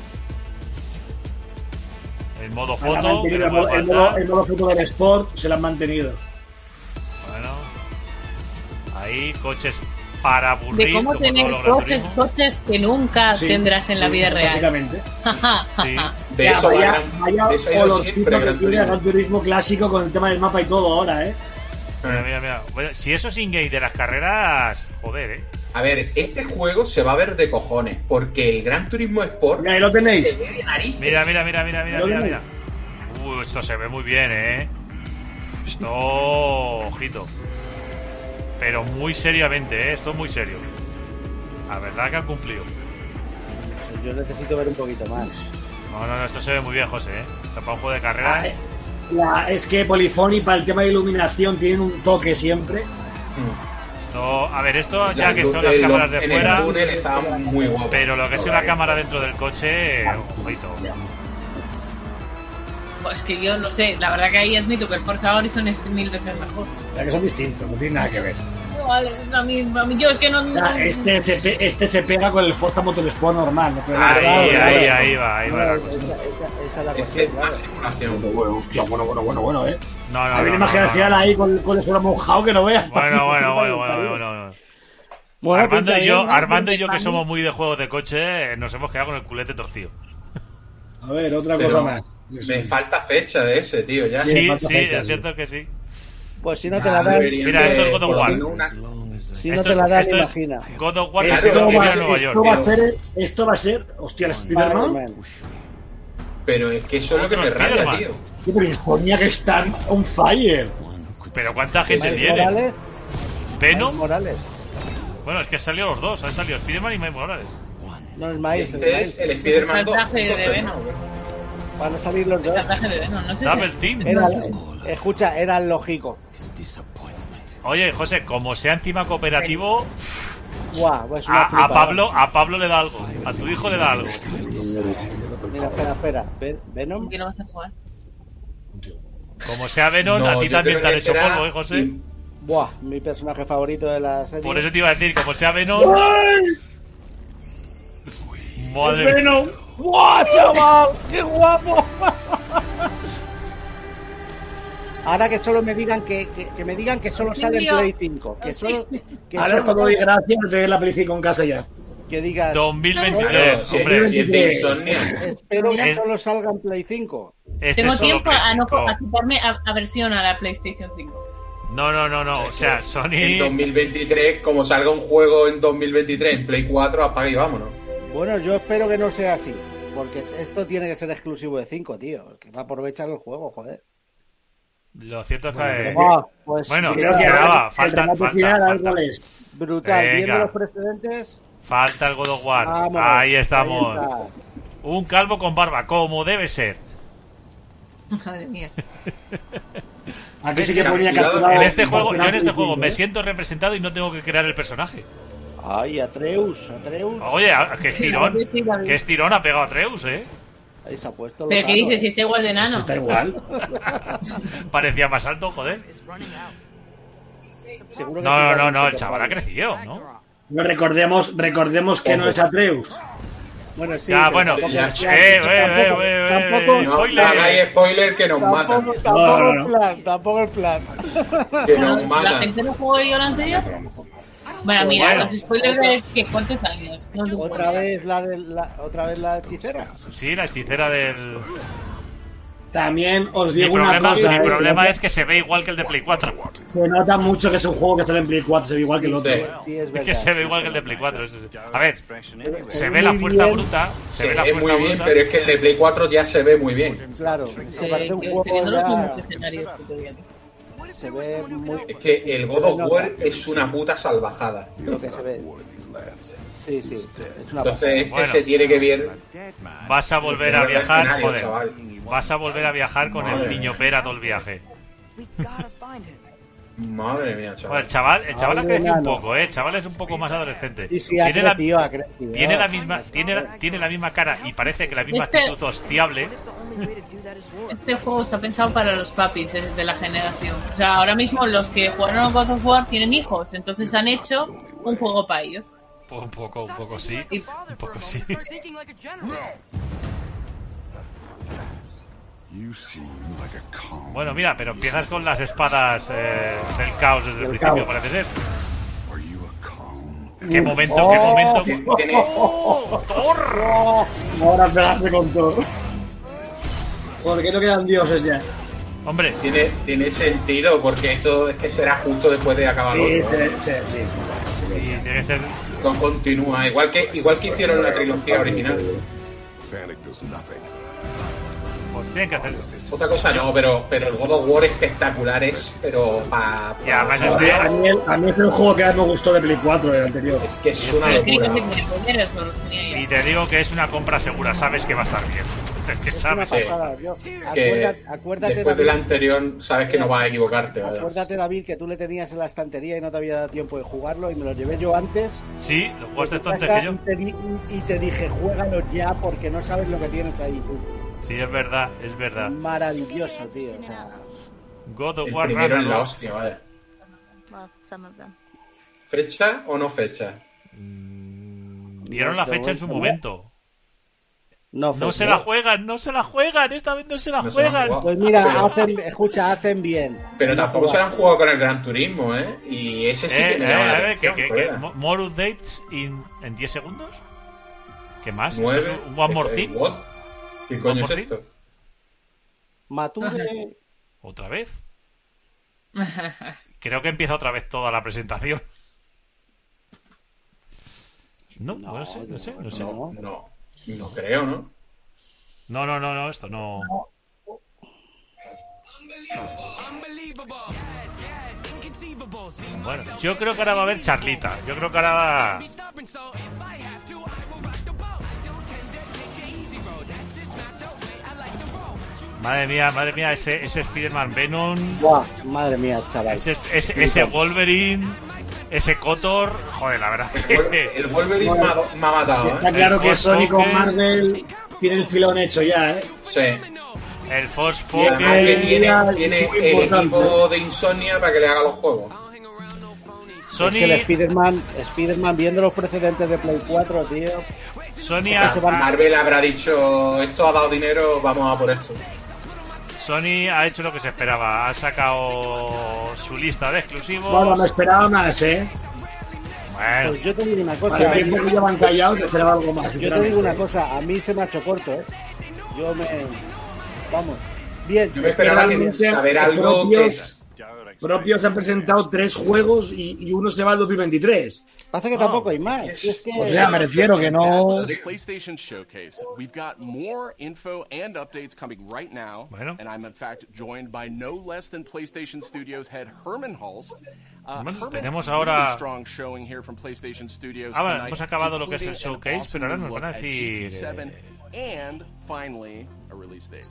A: El modo
D: se la han
A: foto, que
D: mantenido,
A: no
D: el, modo,
A: puede
D: el, modo,
A: faltar.
D: el modo foto del Sport se la han mantenido.
A: Bueno. Ahí, coches para aburrir.
C: De cómo
A: como todos
C: tener
A: los Gran
C: coches,
A: Turismo.
C: coches que nunca
D: Sí,
C: tendrás en la
D: sí,
C: vida real.
D: Básicamente.
A: Sí.
E: De
D: Ya,
E: eso va
D: vaya,
E: Gran-
D: vaya
E: de eso ha ido
D: olorcito
E: siempre
D: que
E: Gran
D: tiene el Gran
E: Turismo.
D: Turismo clásico con el tema del mapa y todo ahora, ¿eh?
A: Mira, mira, mira. Bueno, si eso es in-game de las carreras, joder, eh.
E: A ver, este juego se va a ver de cojones, porque el Gran Turismo Sport
D: Mira, ahí lo
E: se
D: tenéis.
E: ve de narices.
A: Mira, mira, mira, mira, mira,
D: ¿Lo
A: mira, mira.
D: vemos?
A: Uh, esto se ve muy bien, eh. Esto, ojito. Pero muy seriamente, eh. Esto es muy serio. La verdad que han cumplido.
B: Pues Yo necesito ver un poquito más.
A: No, no, no, esto se ve muy bien, José, eh. O sea, para un juego de carreras.
D: Ah, la- es que Polifoni para el tema de iluminación tienen un toque siempre.
E: Mm.
A: Esto, a ver, esto ya
E: Las
A: que son las
E: luces, los-
A: cámaras de
E: En el
A: fuera.
E: túnel estaban muy guapas.
A: Pero lo que es una cámara dentro del coche, ojito.
C: Pues que yo no sé, la verdad que ahí admito que el Forza Horizon es este mil veces mejor.
D: La que son distintos, no tiene nada que ver.
C: No, vale, a mí, a mí- yo es que no.
D: O sea, este, se pe- este se pega con el Forza Motorsport normal. ¿no? Pero la
A: Ahí,
D: verdad, la
A: ahí,
D: verdad,
A: ahí va, ahí va la cosa.
B: Esa, esa- esa es la
E: Este
B: cuestión,
E: es más
B: claro.
E: simulación.
D: Bueno, hostia, bueno, bueno, bueno, bueno, eh.
A: No, no,
D: Hay una
A: Ah, no, no,
D: imagen
A: no,
D: facial
A: no.
D: ahí con, con el suelo mojado que no veas.
A: Bueno, bueno, bueno, bueno, bueno, bueno.
B: Bueno,
A: Armando
B: pinta
A: y yo,
B: bien, ¿no?
A: Armando y yo que
C: Porque
A: somos muy de juegos de coche, eh, nos hemos quedado con el culete torcido.
D: A ver, otra
E: Pero
D: cosa más.
E: Me falta fecha de ese, tío, ya.
D: Sí,
A: Sí,
D: falta
A: sí,
D: fecha,
A: es
D: sí.
A: cierto que sí.
B: Pues si no te
E: Ah,
B: la dan,
E: deberían
A: Mira,
E: de-
A: esto es God of
E: por
A: War.
E: fin una-
B: si no
A: Esto-
B: te la dan,
A: esto es
B: imagina.
A: God of War que
E: Eso
A: se va a
D: Esto va,
A: vivir
D: a
A: en
D: ser,
A: Nueva
D: esto,
A: York.
D: va a
E: York.
D: ser, esto va a ser. Hostia, el Spider-Man.
B: Spider-Man. Pues
E: Pero es que eso es lo que me
A: Otro
E: raya,
A: Spider-Man.
E: tío.
D: Qué polifonía que están on fire.
A: Pero cuánta gente
B: Miles
A: tiene.
B: Morales, Miles
A: Venom.
B: Morales.
A: Bueno, es que han salido los dos. Han salido Spiderman y Miles Morales.
B: No es Miles, es
E: Este
B: Miles.
E: es el Spider-Man 2.
C: Faltaje de
E: Entonces,
C: Venom.
E: no,
B: Van a salir los dos.
C: no, no sé.
A: Double Team.
B: Era- escucha, era lógico.
A: Oye, José, como sea encima cooperativo,
B: Guau, pues una
A: a, a
B: flipada.
A: Pablo a Pablo le da algo. A tu hijo le da algo.
B: Mira, espera, espera. Ven- Venom.
C: ¿Con qué no vas a jugar?
A: Como sea Venom, a ti
E: yo
A: también
E: creo
A: te han
E: que
A: hecho
E: será
A: polvo, ¿eh, José?
E: in-
B: Buah, mi personaje favorito de la serie.
A: Por eso te iba a decir, como sea Venom... Madre mía.
D: Bueno,
B: ¡Guau, chaval! ¡Qué guapo! Ahora que solo me digan que, que, que me digan que solo sale en
C: Emilio.
B: Play 5. Que solo. Que,
D: a ver
B: solo-
D: cuando doy gracias de la película en casa ya.
B: que digas.
A: 2023,
E: Claro, si
A: Eh, hombre.
E: es- si es de Insomnia.
B: Espero que
A: Es-
B: solo salga en Play 5.
A: Este
C: Tengo
A: es solo
C: tiempo a no
A: Play
C: a
A: cinco.
C: quitarme a- aversión a la PlayStation 5.
A: No, no, no, no. O sea,
E: En
A: Sony.
E: 2023, como salga un juego en 2023 en Play 4, apaga y vámonos.
B: Bueno, yo espero que no sea así. Porque esto tiene que ser exclusivo de 5, tío. Que va a aprovechar el juego, joder.
A: Lo cierto es que.
B: Ah, pues
A: Bueno,
D: Creo que
A: quedaba,
D: ahora el
A: faltan-
D: remate
A: faltan-
D: final,
A: faltan.
D: algo les-
B: brutal.
A: Venga.
B: Viendo los precedentes,
A: Falta el God of War.
B: vámonos.
A: ahí estamos.
B: Ahí está.
A: Un calvo con barba, como debe ser.
C: Madre mía.
D: Aquí sí que ponía
E: Capturado-
D: capturado-
A: en este juego, yo en este
D: capturado
A: juego me
D: ¿eh?
A: siento representado y no tengo que crear el personaje.
B: Ay, Atreus, Atreus.
A: Oye, a- qué estirón.
C: Sí, sí, David.
A: Qué estirón ha pegado a Treus, eh.
B: Ahí se ha puesto.
C: Pero ¿qué
B: Lozano,
C: dices? Si
B: eh.
C: está igual de
D: Eso
C: enano.
D: Pues está igual.
A: Parecía más alto, joder.
B: Seguro que sí
A: No,
B: va
A: no,
B: a
A: no, el
B: ser
A: chaval ha
B: capaz.
A: crecido, ¿no?
D: No recordemos, recordemos que no es Atreus.
B: Bueno, sí.
A: Ya,
B: pero
A: bueno.
B: tampoco-
E: Ya,
B: ya,
A: eh,
B: tampoco-
A: eh, eh, eh,
B: tampoco-
A: eh,
E: No
A: Spoiler.
E: hagáis spoiler que nos matan.
B: Tampoco,
D: No,
B: tampoco
D: no,
B: el
D: no.
B: plan, tampoco el plan.
E: Que
C: Bueno,
E: nos
C: ¿La
E: matan.
C: gente no jugó yo la anterior? Bueno, mira,
A: bueno.
C: los spoilers de que cuántos años. No, no,
B: Otra vez la de la, otra vez la hechicera.
A: Sí, la hechicera del.
D: También os
A: Mi
D: digo una
A: problema,
D: cosa.
A: mi
D: ¿eh?
A: problema es que se ve igual que el de Play 4.
D: Se nota mucho que es un juego que sale en Play 4, se ve igual Ah, que el otro.
E: Sí.
B: Sí, es
A: Es
B: verdad.
A: que se ve
B: sí.
A: igual que el de Play 4. eso sí. A ver, se
B: Muy
A: ve la fuerza
B: bien.
A: bruta.
E: Se
A: Se ve la
E: ve muy
A: fuerza
E: bien,
A: bruta.
E: pero es que el de Play 4 ya se ve muy bien.
B: Claro, es que
C: eh,
B: parece un
C: yo estoy viendo
B: juego
C: los
B: ya-
C: mismos escenarios que todavía.
B: se ve muy
E: Es que el God of War es una puta salvajada.
B: lo que se ve. Sí, sí, es una pasada.
E: Entonces este
A: Bueno.
E: se tiene que ver
A: Vas a volver a
E: Pero
A: viajar,
E: escenario,
A: joder.
E: chaval.
A: Vas a volver a viajar con el
E: Madre
A: niño
E: mía.
A: pera todo el viaje.
E: Madre mía, chaval.
A: Bueno, el chaval, el chaval ha
B: Ay,
A: crecido un
B: enano.
A: poco, eh. El chaval es un poco más adolescente.
B: Y si ha
A: Tiene la,
B: crecido, ha crecido.
A: tiene la misma, tiene, la- tiene la misma cara y parece que la misma
C: Este-
A: actitud hostiable.
C: Este juego está pensado para los papis eh, de la generación. O sea, ahora mismo los que jugaron a God of War tienen hijos, entonces han hecho un juego para ellos.
A: Un poco, un poco sí.
C: Y-
A: Un poco sí. Bueno, mira, pero empiezas con las espadas eh, del caos desde el
D: Del
A: principio,
D: caos.
A: parece ser. Qué momento,
B: Oh.
A: qué momento.
E: Tiene-
A: ¡Oh, torro!
D: ¡Oh! Ahora pegarse con todo. Porque no quedan dioses ya.
A: Hombre,
E: Tiene, tiene sentido, porque esto es que será justo después de acabar
D: Sí,
E: el
D: sí,
E: otro.
D: sí, sí.
A: sí, tiene que ser.
E: Con- Continúa, igual que, igual que hicieron la trilogía original.
A: Pues tienen que hacer.
E: Otra cosa no, pero, pero el God of War espectacular es, pero pa,
A: Y además
D: A mí, a
A: este.
D: mí el- a mí es el juego que más me gustó de Play 4, el anterior.
E: es que es una
C: Pero tiene
E: locura.
C: que ser poderes, o los tenía
A: Y
C: ya.
A: te digo que es una compra segura, sabes que va a estar bien. Es que
B: Es una
A: sabes.
E: Sí.
B: pasada, yo.
E: Que
B: Acuérdate, acuérdate,
E: después del
B: David,
E: anterior sabes que no vas a equivocarte, ¿verdad?
B: acuérdate, David, que tú le tenías en la estantería y no te había dado tiempo de jugarlo y me lo llevé yo antes.
A: Sí, lo jugaste
B: de tu
A: entonces
B: casa
A: que yo.
B: Y te, di- y te dije, juégalo ya porque no sabes lo que tienes ahí. tú".
A: Sí, es verdad, es verdad.
B: Maravilloso, tío. o sea,
A: God of
E: El
A: War
E: primero es la
A: Ragnarok.
E: hostia, vale. ¿Fecha o no fecha?
A: Dieron la fecha en su momento.
B: no,
A: No
B: fue-
A: se la juegan, no se la juegan, esta vez no se la
E: No se la han
A: juegan.
E: jugado.
B: Pues mira,
E: Pero-
B: hacen, escucha, hacen bien.
E: Pero
B: No
E: tampoco se la han
B: juegas.
E: jugado con el Gran Turismo, ¿eh? Y ese sí
A: eh,
E: que me
A: eh,
E: llama la
A: a ver, que,
E: atención,
A: que, que-
E: colega.
A: mo- more updates in- en 10 segundos. ¿Qué más?
E: Nueve.
A: ¿Un One More
E: Eh,
A: Thing?
E: what? ¿Qué
A: One
E: coño es
A: more
E: esto?
B: Mature,
A: ¿Otra vez? Creo que empieza otra vez toda la presentación. No, no,
B: No,
A: sé, no sé, no sé. No,
E: No, no, no creo, ¿no?
A: no, no, no, esto no. Bueno, yo creo que ahora va a haber charlita. Yo creo que ahora va. Madre mía, madre mía, ese, ese Spider-Man Venom,
B: Buah, madre mía, chaval.
A: ese, ese, ese Wolverine, ese Cotor. Joder, la verdad.
E: El Wol- El Wolverine me ha- me ha matado,
D: Está
E: ¿eh?
D: claro que
A: Pues
D: Sony con
A: Joker.
D: Marvel tiene el filón hecho ya, ¿eh?
E: Sí.
A: El
E: Y además que
A: Forspoken.
E: tiene, tiene
D: Muy
E: el
D: importante.
E: equipo de Insomnia para que le haga los juegos.
B: Es que el
A: Sony,
B: Spider-Man, Spider-Man viendo los precedentes de Play 4, tío.
A: Sony,
B: Ya se
A: ha,
B: van.
E: Marvel habrá dicho, esto ha dado dinero, vamos a por esto.
A: Sony ha hecho lo que se esperaba. Ha sacado su lista de exclusivos.
D: Bueno, me esperaba más, ¿eh?
A: Bueno,
B: Pues yo te digo una cosa.
D: Para el tiempo que llevan callado, te esperaba algo más.
B: Yo te digo
D: sinceramente.
B: una cosa, a mí se me ha hecho corto, ¿eh? Yo me... Vamos. Bien.
E: Yo me esperaba que
D: realmente
E: saber
D: los
E: algo que,
D: propios-
E: es-
D: propios han presentado tres juegos y, y uno se va al 2023.
B: Pasa que tampoco hay más. Es que-
D: O sea, me refiero que no.
H: PlayStation Showcase. We've got more info and updates coming right now.
A: Bueno.
H: And I'm, in fact, joined by no less than PlayStation Studios head Herman Holst. Uh,
A: Bueno,
H: Herman
A: tenemos
H: had a really
A: ahora-
H: strong showing here from PlayStation Studios
A: Ah, bueno,
H: tonight,
A: hemos acabado lo que es el
H: including an
A: showcase, pero ahora
H: new
A: nos van
H: look
A: a
H: at
A: decir,
H: GT7 and, finally, a release date.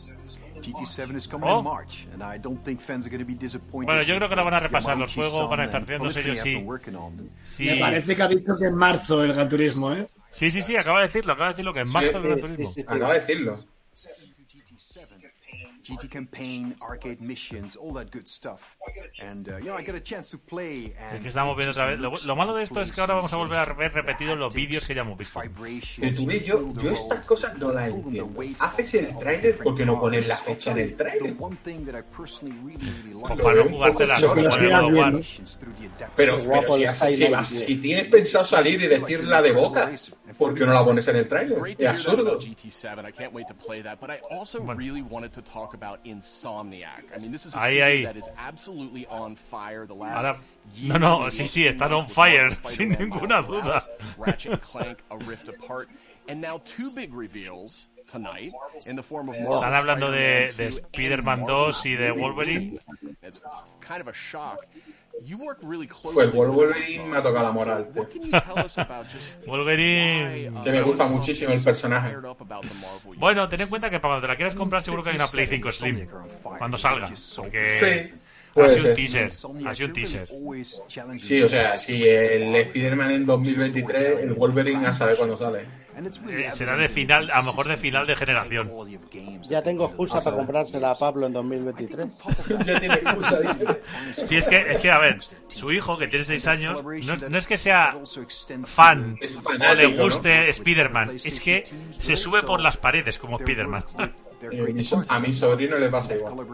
F: GT7 is coming
A: Oh.
F: in March, and I don't think fans are going to be disappointed.
A: Bueno, yo creo que lo van a repasar, los
F: Yamauchi-san
A: juegos van a estar
F: and
A: viéndose,
F: Prolifery
A: yo
F: have
A: sí.
F: been working on them.
A: Sí,
D: Me parece que ha dicho que en marzo el Gran Turismo, ¿eh?
A: sí, sí, sí, acaba de decirlo, acaba de decirlo que en marzo el Gran
B: sí,
A: Turismo.
B: sí, sí.
E: Acaba de decirlo.
F: GT campaign, arcade missions, all that good stuff. And uh, you know, I got a chance to play and
A: Es que estamos viendo otra vez. Lo, lo malo de esto es que ahora vamos a volver a ver repetidos los vídeos que ya hemos visto.
E: Y tú ves, yo, yo estas cosas no las entiendo. Haces el tráiler porque no pones la fecha del tráiler.
A: Pues para no jugártela,
E: Pero
A: como en el
D: sigas
A: God of War.
D: viendo.
E: Pero, pero
B: guapo
E: si,
B: el
E: haces- si
B: Silent
E: vas-
B: Hill.
E: si tienes pensado salir y decirla de boca, ¿por qué no la pones en el tráiler?
H: Great to
E: Es
H: hear that
E: absurdo.
H: about GT7. I can't wait to play that. But I also really wanted to talk about Insomniac. I mean, this is a
A: Ahí,
H: studio
A: ahí.
H: that is absolutely on fire. The last
A: Ahora-
H: year,
A: no, no,
H: we've
A: sí,
H: lost
A: sí, están
H: months
A: on
H: with
A: fire,
H: Marvel,
A: sin
H: Spider-Man,
A: ninguna
H: Miles
A: duda.
H: Morales, Ratchet and Clank, A Rift Apart, and now two big reveals tonight in the form of Marvel,
A: Están hablando de- de
H: Spider-Man
A: Spider-Man
H: 2 and
A: 2 y de Wolverine.
H: It's kind of a shock. You work really closely
E: Pues
H: with
E: Wolverine me ha tocado la moral,
H: Amazon.
E: tío.
H: What can you tell us about just
A: Wolverine.
E: Que me gusta muchísimo el personaje.
A: Bueno, ten en cuenta que para cuando te la quieras comprar seguro que hay una Play 5 Slim. Cuando salga. Porque
E: Sí,
A: ha sido
E: puede
A: un
E: ser.
A: teaser. Ha sido un teaser.
E: Sí, o sea, si el Spider-Man en 2023, el Wolverine a saber cuándo sale.
A: Eh, será de final, a lo mejor de final de generación.
B: Ya tengo excusa para comprársela a Pablo en 2023.
E: Ya tiene excusa, dice.
A: Sí, es que, es que, a ver, su hijo, que tiene 6 años, no, no es que sea fan
E: Es
A: o le
E: fanático, ¿no?
A: guste Spider-Man, es que se sube por las paredes como Spider-Man.
E: Eh, mi so- A mi sobrino le pasa igual.
B: Pero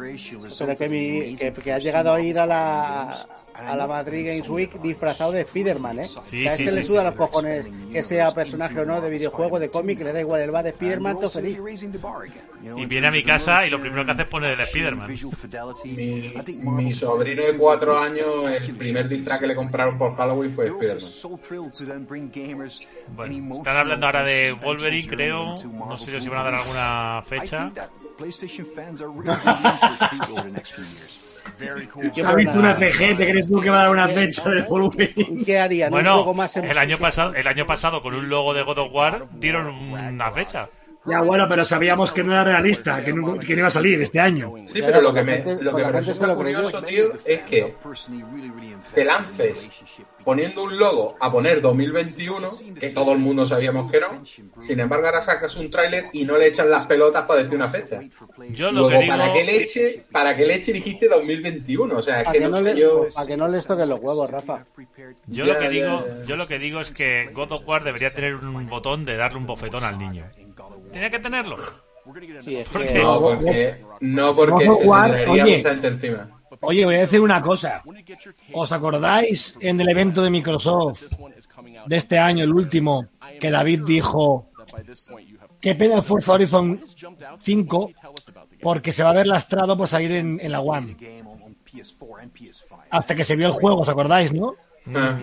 B: que, mi, que, que ha llegado a ir a la, a la Madrid Games Week disfrazado de Spider-Man, ¿eh?
A: Sí,
B: que a
A: sí,
B: este
A: sí,
B: le
A: sí,
B: suda los cojones que sea personaje o no de videojuego, de cómic, le da igual, él va de Spider-Man, todo feliz.
A: Y viene a mi casa y lo primero que hace es poner el Spider-Man.
E: Mi, mi sobrino de cuatro años, el primer disfraz que le compraron por Halloween fue Spider-Man.
A: Bueno, están hablando ahora de Wolverine, creo. No sé si van a dar alguna fecha.
B: Yo
D: Se ha visto
B: creo
D: una
B: que-
D: CG, ¿te crees tú que va a dar una fecha de Wolverine?
B: ¿Qué harían? ¿Un
A: Bueno,
B: juego más en-
A: el año pasado, el año pasado con un logo de God of War dieron una fecha.
D: Ya, bueno, pero sabíamos que no era realista, que no, que no iba a salir este año.
E: Sí, pero lo
B: porque
E: que
B: la
E: me,
B: gente-
E: lo que
B: porque
E: me
B: la gente se
E: resulta
B: lo creyó.
E: curioso, tío, es que te lances poniendo un logo a poner 2021, que todo el mundo sabíamos que no, sin embargo ahora sacas un tráiler y no le echan las pelotas para decir una fecha.
A: Yo lo que
E: Luego, ¿para qué
A: digo,
E: leche, para qué leche dijiste 2021? O sea, es
B: A
E: que
B: que
E: no
B: no
E: sé
B: le-
E: yo...
B: a que no les toquen los huevos, Rafa.
A: yo lo
E: Ya,
A: que
E: ya,
A: digo,
E: ya.
A: yo lo que digo es que God of War debería tener un botón de darle un bofetón al niño. Tenía que tenerlo.
B: Sí, es
A: ¿Por
B: que-
A: qué?
E: No, porque, no porque
D: Vamos a
E: se
D: jugar,
E: tendría
D: oye.
E: mucha gente encima.
D: Oye, voy a decir una cosa.
H: When did you get your take?
D: ¿Os acordáis en el evento de Microsoft
H: This one is coming out
D: de este año, el último, que David dijo
H: that by this point you have
D: que pena el Forza Horizon
H: jumped out. Tell
D: 5
H: us about the game.
D: porque se va a ver lastrado por salir en, en la One? Hasta que se vio el juego, ¿os acordáis, no?
E: Ah,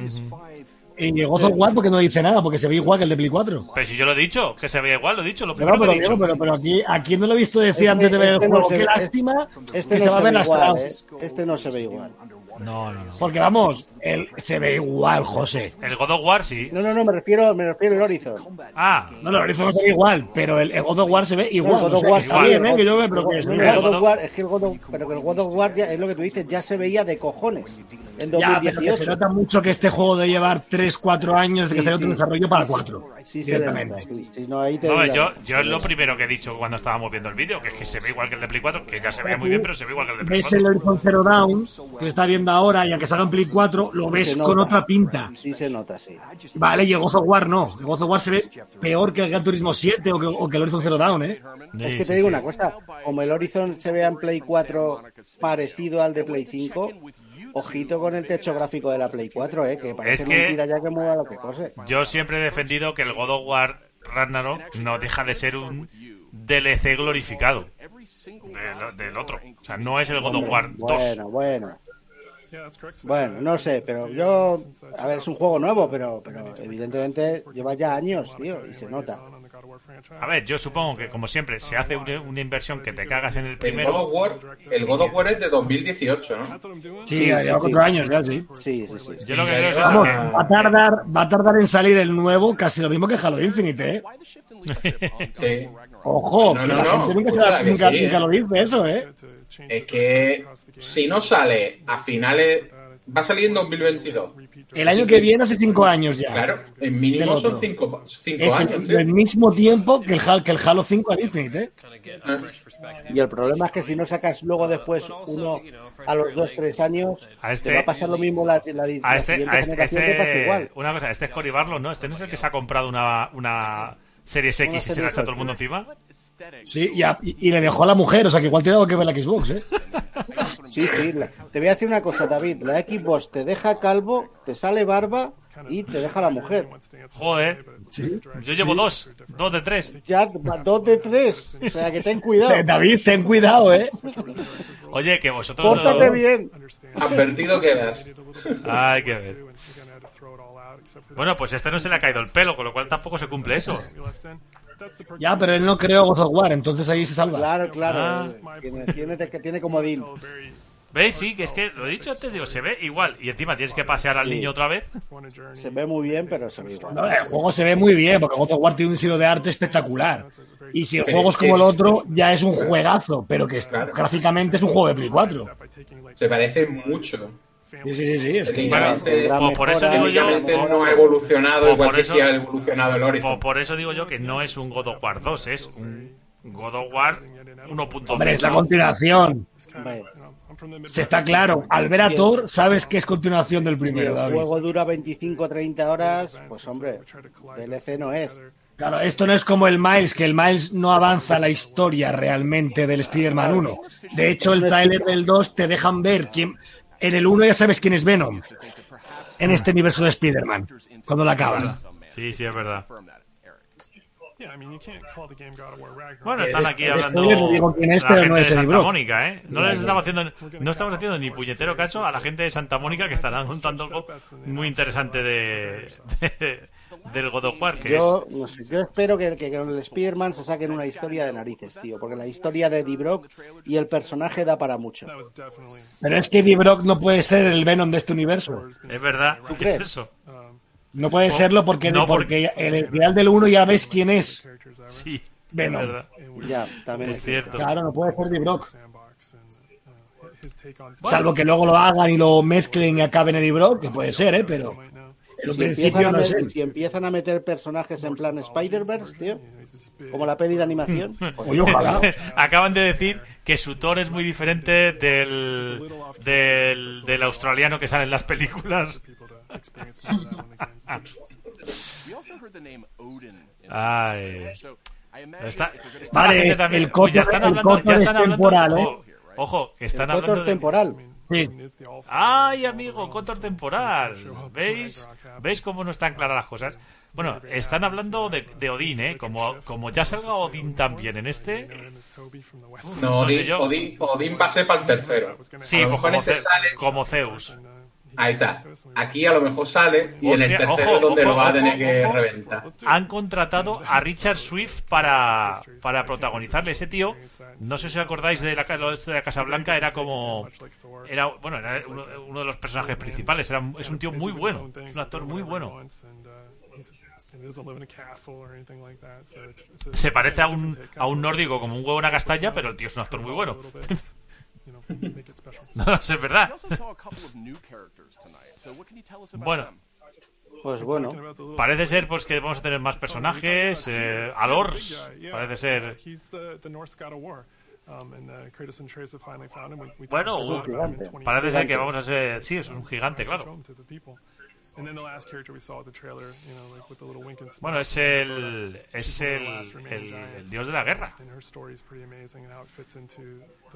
D: Y llegó God of War porque no dice nada, porque se ve igual que el de Play 4.
A: Pero si yo lo he dicho, que se veía igual, lo he dicho, lo
D: Pero,
A: primero
D: pero,
A: que he dicho.
D: pero, pero, pero aquí, aquí no lo he visto decir
B: Este-
D: antes de ver
B: este
D: el
B: no
D: juego.
B: se
D: Qué
B: ve-
D: lástima
B: Este
D: que
B: no
D: se va a ver
B: se ve
D: lastrado.
B: igual, ¿eh? Este no se ve igual.
A: No, no, no.
D: Porque vamos, él se ve igual, José.
A: El God of War sí.
B: No, no, no, me refiero, me refiero al Horizon.
A: Ah,
D: No, no, el Horizon no se ve igual, pero el, el God of War se ve
B: No, el
D: igual.
B: God
D: o
B: of
D: sea,
B: War
D: que está bien,
B: también,
D: ¿eh? Que yo me
B: el
D: pero
B: God-
D: que se
B: no,
D: ve
B: el
D: igual.
B: God of War- es que el God of- pero que el God of War, ya, es lo que tú dices, ya se veía de cojones en
D: Ya, pero que se
B: 2018.
D: nota mucho que este juego de llevar 3-4 años de que
B: Sí,
D: salió
B: sí.
D: otro desarrollo para 4.
B: Sí, se le nota.
D: Directamente.
B: sí, sí, no, ahí te
A: No,
B: digo.
A: yo, yo es lo primero que he dicho cuando estábamos viendo el vídeo, que es que se ve igual que el de Play 4, que ya se veía muy bien, pero se ve igual que el de Play
D: Ves el
A: 4.
D: Horizon Zero Dawn, que está viendo ahora, y aunque salga en Play 4, lo ves
B: Se
D: con
B: nota.
D: otra pinta.
B: Sí se nota, sí.
D: Ah, Vale, y el God of War no. El God of War se ve peor que el Gran Turismo 7 o que, o que el Horizon Zero Dawn, ¿eh?
B: Es
A: Sí,
B: que
A: sí,
B: te digo
A: sí.
B: una cosa, como el Horizon se vea en Play 4 parecido al de Play 5, ojito con el techo gráfico de la Play 4, eh, que parece
A: que-
B: mentira ya que mueva lo que cose.
A: Yo siempre he defendido que el God of War Ragnarok no deja de ser un DLC glorificado
H: Every single
A: del, del otro. O sea, no es el God of War 2.
B: Bueno, bueno. Bueno, no sé, pero yo. A ver, es un juego nuevo, pero, pero evidentemente lleva ya años, tío, y se nota.
A: A ver, yo supongo que como siempre se hace una, una inversión que te cagas en el
E: El God,
A: primero.
E: of War, el God of War es de 2018, ¿no?
D: Sí, ya lleva cuatro años ya, sí.
B: Sí, sí, sí.
A: Yo lo que creo es
D: Vamos,
A: eso,
D: va a tardar, va a tardar en salir el nuevo, casi lo mismo que Halo Infinite, ¿eh?
E: Sí.
D: Ojo,
E: No,
D: que
E: no,
D: la
E: no,
D: gente nunca, se
E: escucha,
D: da-
E: que
D: nunca-
E: sí, ¿eh?
D: nunca lo dice eso, ¿eh?
E: Es que si no sale a finales. Va a salir en 2022.
D: El año que viene hace cinco años ya.
E: Claro, en
D: Del
E: mínimo
D: otro.
E: son 5
D: Es
E: años,
D: el,
E: tío.
D: el mismo tiempo que el, Hal- que el Halo 5 al Infinite, ¿eh?
E: Ah,
B: Y el problema es que si no sacas luego después uno a los dos, tres años,
A: A este-
B: te va a pasar lo mismo la, la, la
A: A este,
B: siguiente
A: a este,
B: generación, te pasa
A: este-
B: igual.
A: una cosa, este es Cory Barlow, ¿no? Este no es el que se ha comprado una, una Series X y se la
B: Series
A: echa
B: X.
A: todo el mundo encima.
D: Sí, y, a- y- y le dejó a la mujer, o sea que igual tiene algo que ver la Xbox, ¿eh?
B: Sí, sí. la- te voy a decir una cosa, David. La Xbox te deja calvo, te sale barba y te deja la mujer.
A: Joder, yo llevo dos, dos de tres.
B: Ya va dos de tres. O sea, que ten cuidado.
D: Eh, David, ten cuidado, ¿eh?
A: Oye, que vosotros...
B: Pórtate bien.
E: Advertido quedas.
A: Ay, qué ver. Bueno, pues este no se le ha caído el pelo, con lo cual tampoco se cumple eso.
D: Ya, pero él no creó God of War, entonces ahí se salva.
B: Claro, claro.
A: Ah.
B: Tiene, tiene, que tiene comodín.
A: ¿Veis? Sí, que es que lo he dicho antes, digo, se ve igual. Y encima tienes que pasear al
B: Sí.
A: niño otra vez.
B: Se ve muy bien, pero se ve
D: No,
B: igual.
D: el juego se ve muy bien, porque God of War tiene un estilo de arte espectacular. Y si el juego es como el otro, ya es un juegazo, pero que es-
E: Claro.
D: gráficamente es un juego de Play 4.
E: Se parece mucho.
D: Sí, sí, sí, sí, es que-
E: Técnicamente,
B: Tendrá
A: pues por eso digo yo-
E: técnicamente
B: mejora,
E: no ha evolucionado
A: o
E: igual
A: por
E: que
A: eso-
E: si ha evolucionado el
A: O
E: Horizon.
A: por eso digo yo que no es un God of War 2, es un God of War 1.0.
D: Hombre, es la continuación.
B: Hombre,
D: Se está claro. Al ver a Thor, sabes que es continuación del
B: Si
D: primero,
B: el
D: David.
B: juego dura 25 30 horas, pues hombre, DLC no es.
D: Claro, esto no es como el Miles, que el Miles no avanza la historia realmente del Spider-Man 1. De hecho, el trailer del 2 te dejan ver quién. En el 1 ya sabes quién es Venom. En este universo de Spider-Man. Cuando lo acabas.
A: Sí, sí, es verdad. Bueno,
D: Que
A: están
D: es-
A: aquí
D: es
A: hablando.
D: spoiler, no digo quién es,
A: la
D: pero
A: gente
D: no es
A: de
D: Eddie
A: Santa
D: Brock.
A: Mónica, ¿eh? No les estamos haciendo, no estamos haciendo ni puñetero cacho a la gente de Santa Mónica que estará contando algo muy interesante de, de- del God of War, que
B: Yo, no sé, yo espero que, que con el Spider-Man se saquen una historia de narices, tío, porque la historia de Eddie Brock y el personaje da para mucho.
D: Pero es que Eddie Brock no puede ser el Venom de este universo.
A: es, es verdad.
B: ¿Tú
A: ¿Qué es
B: crees?
A: eso?
D: No puede
A: No,
D: serlo porque,
A: no,
D: porque,
A: porque-
D: en el final del 1 ya ves quién es.
A: Sí, es
D: Venom.
A: verdad.
B: Ya, también
A: Es
B: es cierto.
A: cierto.
D: Claro, no puede ser Eddie Brock. Salvo que luego lo hagan y lo mezclen y acaben Eddie Brock, que puede ser, ¿eh? Pero en un
B: Si empiezan,
D: principio
B: a
D: no es
B: met-
D: él.
B: si empiezan a meter personajes en plan Spider-Verse, tío, como la peli de animación, pues,
D: Oye, ojalá.
A: Acaban de decir que su Thor es muy diferente del, del, del australiano que sale en las películas. Ay. Está- esta
D: Vale,
A: gente
D: es-
A: también- Pues
D: el cotor-
A: ya están
D: el
A: hablando-
D: cotor
A: ya
D: es
A: están hablando-
D: temporal, ¿eh?
A: ojo, Ojo, que
B: el
A: están hablando
B: cotor
A: de-
B: temporal.
D: Sí.
A: Ay, amigo, cotor temporal. ¿Veis? ¿Veis cómo no están claras las cosas? Bueno, están hablando de, de Odín, ¿eh? Como, como ya salga Odín también en este...
E: No,
A: No sé
E: Odín,
A: yo.
E: Odín, Odín va a ser para el tercero.
A: Sí,
E: a lo
A: pues
E: mejor
A: como,
E: este
A: Ze-
E: sale.
A: como Zeus.
E: Ahí está. Aquí a lo mejor sale y en el
A: Hostia,
E: tercero
A: ojo,
E: es donde
A: ojo,
E: lo va a tener
A: ojo,
E: que
A: ojo.
E: reventar.
A: Han contratado a Richard Swift para, para protagonizarle. Ese tío, no sé si os acordáis de la, ca- lo de la Casa Blanca, era como... Era, bueno, era uno, uno de los personajes principales. Era, un- es un tío muy bueno. Es un actor muy bueno. Se parece a un, a un nórdico como un huevo a una castaña, pero el tío es un actor muy bueno. No, es verdad. Bueno,
B: Pues bueno,
A: Parece ser pues que vamos a tener más personajes. Eh, Alors, parece ser. Bueno,
B: es un gigante.
A: parece ser que vamos a ser. Sí, es un gigante, claro. Bueno, es el. Es el, el, el dios de la guerra.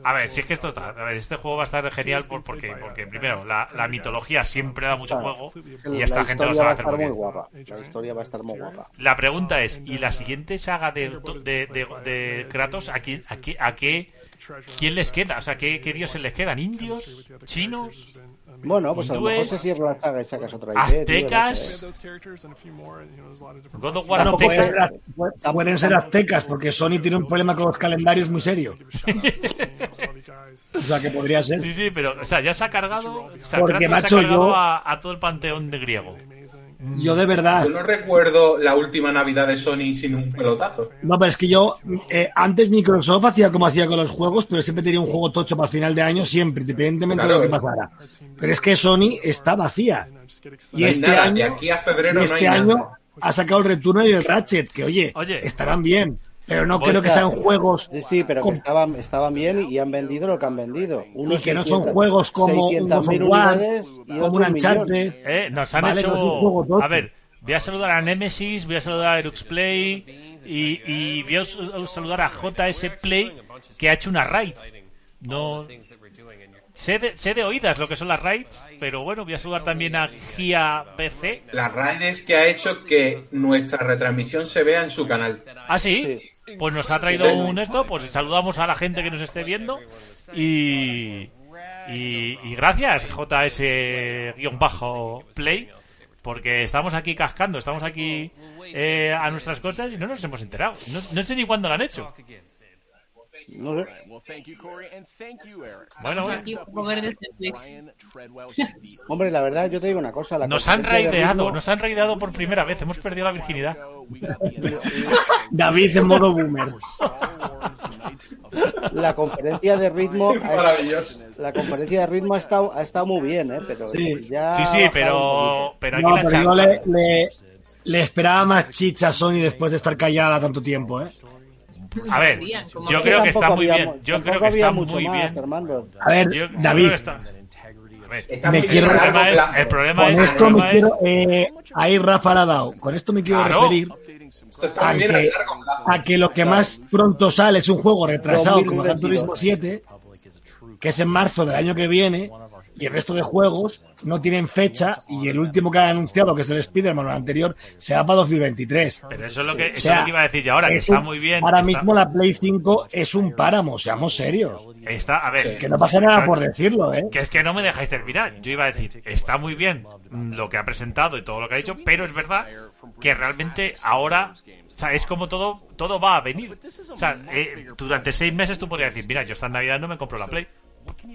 A: A ver, si es que esto está. A ver, este juego va a estar genial por, porque, porque, primero, la, la mitología siempre da mucho juego y
B: La
A: esta gente
B: historia
A: lo
B: va
A: sabe
B: a
A: hacer
B: estar
A: muy
B: muy
A: bien.
B: guapa. La historia va a estar muy guapa.
A: La pregunta es, ¿y la siguiente saga de, de, de- de Kratos a, quién- a qué, a qué ¿Quién
H: Ah,
A: les queda? O sea, ¿qué, qué dioses les quedan? ¿Indios? ¿Chinos?
B: Bueno, pues a lo mejor se cierra la saga y sacas otra IP. tío, no
A: ¿Aztecas?
B: sé.
A: God of War
D: Bueno, pueden
A: aztecas.
D: ser, az- pueden ser aztecas, porque Sony tiene un problema con los calendarios muy serio. O sea, que podría
A: Sí,
D: ser.
A: sí, pero o sea, ya se ha cargado, o sea,
D: Porque,
A: Kratos
D: macho,
A: se ha cargado
D: yo-
A: a, a todo el panteón de griego.
D: Yo de verdad.
E: Yo no recuerdo la última Navidad de Sony sin un pelotazo.
D: No, pero es que yo, eh, antes Microsoft hacía como hacía con los juegos, pero siempre tenía un juego tocho para el final de año, siempre, independientemente
E: Claro,
D: de
E: eh.
D: lo que pasara. Pero es que Sony está vacía. Y
E: No hay
D: este
E: nada,
D: año,
E: de aquí a febrero
D: y
E: no
D: este
E: hay
D: año
E: nada.
D: ha sacado el Return y el Ratchet, que oye,
A: Oye.
D: estarán bien, pero no
A: Volta.
D: creo que sean juegos
B: Sí, sí, pero que
D: con-
B: estaban, estaban bien y han vendido lo que han vendido. Unos
D: y que no son
B: 600
D: juegos como un God of
B: 600.000
D: War,
B: unidades y
D: como
B: otro
D: un
B: un millón.
D: Uncharted.
A: Eh, nos han
D: Vale, pero es un juego
A: hecho.
D: tocho.
A: A ver, voy a saludar a Nemesis, voy a saludar a Eruxplay y, y voy a s- saludar a JS Play que ha hecho una raid. No sé de, sé de oídas lo que son las raids, pero bueno, voy a saludar también a Gia PC.
E: Las redes que ha hecho que nuestra retransmisión se vea en su canal.
A: Ah, sí. Pues nos ha traído un esto, pues saludamos a la gente que nos esté viendo y y, y gracias JS-play porque estamos aquí cascando, estamos aquí eh, a nuestras cosas y no nos hemos enterado. No, no sé ni cuándo lo han hecho.
B: No sé.
H: Well, thank you, Corey, and thank you, Eric.
A: Bueno, bueno.
H: Next up, we
C: Over the
H: have
C: Netflix.
H: Brian Treadwell. He's the
B: Hombre, la verdad, yo te digo una cosa. La
A: Nos han
B: competencia de
A: raideado,
B: ritmo-
A: nos han raideado por primera vez, hemos perdido la virginidad.
H: Urco. We got the announcement
D: David en modo boomer.
H: for Star Wars Knights of the
B: La conferencia de ritmo ha
E: Maravilloso.
B: La conferencia de ritmo ha estado, ha estado muy bien, ¿eh? Pero
D: Sí.
B: ya
A: Sí,
B: ha
A: sí,
B: bajado un
A: pero,
B: poquito.
A: pero Pues aquí
D: No,
A: la
D: pero yo
A: chanza.
D: le, le- le esperaba más chicha a Sony después de estar callada tanto tiempo, ¿eh?
A: A ver,
C: Sabían cómo
A: yo
C: hacer.
A: creo que está
B: tampoco
A: muy
B: había-
A: bien. Yo creo
B: tampoco
A: que
B: había
A: está
B: mucho
A: muy
B: más,
A: bien.
B: Armando.
D: A ver,
A: Yo- yo creo
D: David,
A: que está- A ver,
E: Está
D: Me
E: muy bien
D: quiero-
E: a largo
A: el problema es,
E: plazo.
A: el problema es-
D: con
A: el
D: esto me
A: problema
D: quiero...
A: es-
D: eh, ahí Rafa la ha dado. Con esto me quiero
A: Claro.
D: referir
E: Esto está muy bien a
D: Aunque-
E: largo plazo.
D: a que lo que más pronto sale es un juego retrasado como Gran
B: 2022.
D: Turismo 7, que es en marzo del año que viene, y el resto de juegos no tienen fecha, y el último que han anunciado, que es el Spider-Man, el anterior, se va para 2023.
A: Pero eso es lo que, eso
D: O sea,
A: es lo que iba a decir yo ahora, que
D: es
A: está
D: un-
A: muy bien.
D: Ahora
A: está-
D: mismo la Play 5 es un páramo, seamos serios.
A: está- a ver,
D: Que no pasa nada por decirlo, ¿eh?
A: que es que no me dejáis terminar. Yo iba a decir, está muy bien mm, lo que ha presentado y todo lo que ha dicho, pero es verdad que realmente ahora o sea, es como todo todo va a venir. O sea, eh, durante seis meses tú podrías decir, mira, yo esta Navidad no me compro la Play. Porque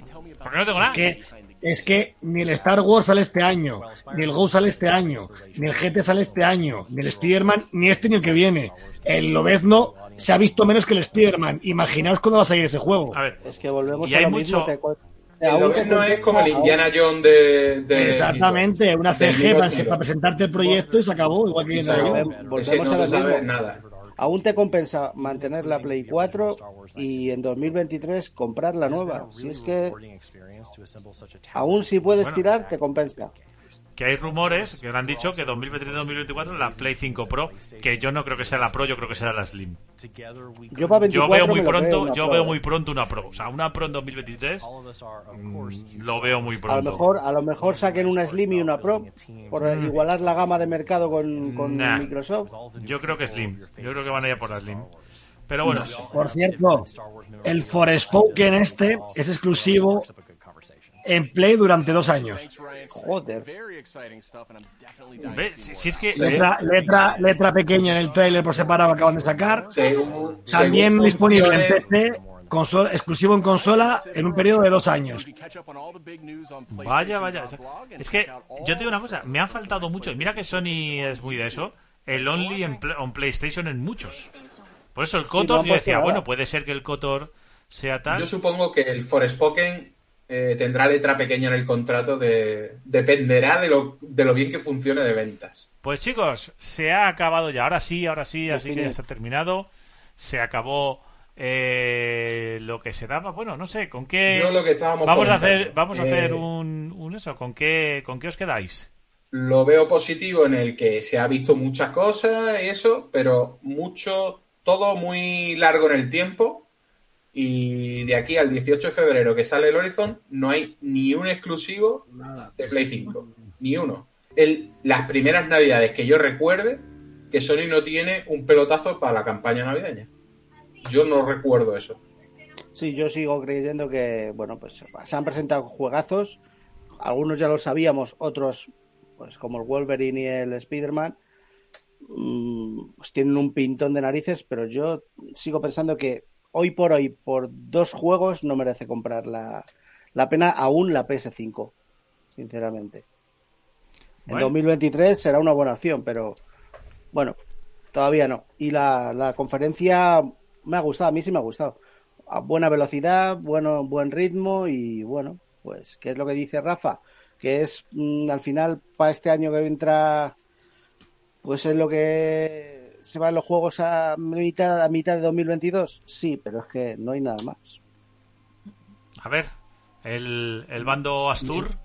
A: no tengo nada.
D: que es que ni el Star Wars sale este año, ni el Go sale este año, ni el GT sale este año, ni el Spider-Man, ni este ni el que viene. El Lobezno se ha visto menos que el Spider-Man. Imaginaos cuándo va a salir ese juego.
A: A ver,
B: Es que volvemos
A: Y
B: a
A: hay
B: lo mismo.
A: mucho-
B: te cu- te
E: Lo
B: aún
E: que
B: te
E: no es
B: contesta-
E: como el Indiana Jones de... de-
D: Exactamente, una
E: del
D: CG
E: mismo
D: para,
E: estilo.
D: para presentarte el proyecto y se acabó, igual que
E: Y se
D: Indiana
E: acabó.
D: Jones.
B: Volvemos
E: Ese no
B: a lo
E: se sabe
B: mismo.
E: nada.
B: Aún te compensa mantener la Play 4 y en 2023 comprar la nueva. Si es que aún si puedes
A: Bueno.
B: tirar, te compensa.
A: que hay rumores que han dicho que 2023-2024 la Play 5 Pro, que yo no creo que sea la Pro, yo creo que será la Slim.
B: Yo para
A: Yo
B: 24
A: veo muy
B: me lo creo,
A: pronto,
B: una
A: yo
B: pro,
A: veo
B: ¿eh?
A: muy pronto una Pro, o sea, una Pro en 2023. mm, Lo veo muy
B: A
A: pronto.
B: lo mejor, a lo mejor saquen una Slim y una Pro por igualar la gama de mercado con, con
A: Mm. Nah.
B: Microsoft.
A: Yo creo que Slim. Yo creo que van a ir a por la Slim. Pero bueno,
D: Por cierto, el Forspoken este es exclusivo en Play durante dos años.
B: Joder.
H: very exciting stuff, and I'm definitely dying
A: ve,
H: to see
A: si,
H: more.
A: si es que.
D: Letra,
A: eh,
D: letra, letra pequeña en el trailer por separado que acaban de sacar.
E: Según-
D: También
E: según
D: disponible en
E: funciones-
D: PC, consol- exclusivo en consola, en un periodo de dos años.
H: You can catch up on all the big news on PlayStation
A: vaya, vaya. o sea,
H: blog and
A: Es que
H: check out all
A: yo te digo una
H: the
A: cosa.
H: stuff
A: Me han
H: that's
A: faltado
H: on
A: mucho. Y
H: PlayStation.
A: mira que Sony es muy de eso. El Only en pla- on PlayStation en muchos. Por eso el Cotor
B: han
A: yo
B: puesto
A: decía,
B: nada.
A: bueno, puede ser que el Cotor sea tal.
E: Yo supongo que el Forespoken eh, tendrá letra pequeña en el contrato de dependerá de lo, de lo bien que funcione de ventas.
A: Pues chicos, se ha acabado ya. Ahora sí, ahora sí, así que ya
B: Definir.
A: está terminado. Se acabó eh, lo que se daba. Bueno, no sé, ¿con qué
E: Yo lo que estábamos
A: Eh, vamos a
E: comentando,
A: hacer? Vamos a
E: eh,
A: hacer un, un eso. ¿Con qué, con qué os quedáis?
E: Lo veo positivo en el que se ha visto muchas cosas y eso, pero mucho, todo muy largo en el tiempo. Y de aquí al 18 de febrero que sale el Horizon, no hay ni un exclusivo de Play 5. Ni uno. El, las primeras navidades que yo recuerde, que Sony no tiene un pelotazo para la campaña navideña. Yo no recuerdo eso.
B: Sí, yo sigo creyendo que, bueno, pues se han presentado juegazos. Algunos ya los sabíamos, otros, pues como el Wolverine y el Spider-Man, pues tienen un pintón de narices, pero yo sigo pensando que hoy por hoy, por dos juegos, no merece comprar la, la pena aún la PS5, sinceramente. En
A: Bueno.
B: 2023 será una buena opción, pero bueno, todavía no. Y la, la conferencia me ha gustado, a mí sí me ha gustado. A buena velocidad, bueno, buen ritmo y bueno, pues, ¿qué es lo que dice Rafa? Que es mm, al final, para este año que entra, pues es lo que se van los juegos a mitad, a mitad de 2022. Sí, pero es que no hay nada más.
A: A ver, el, el bando Astur.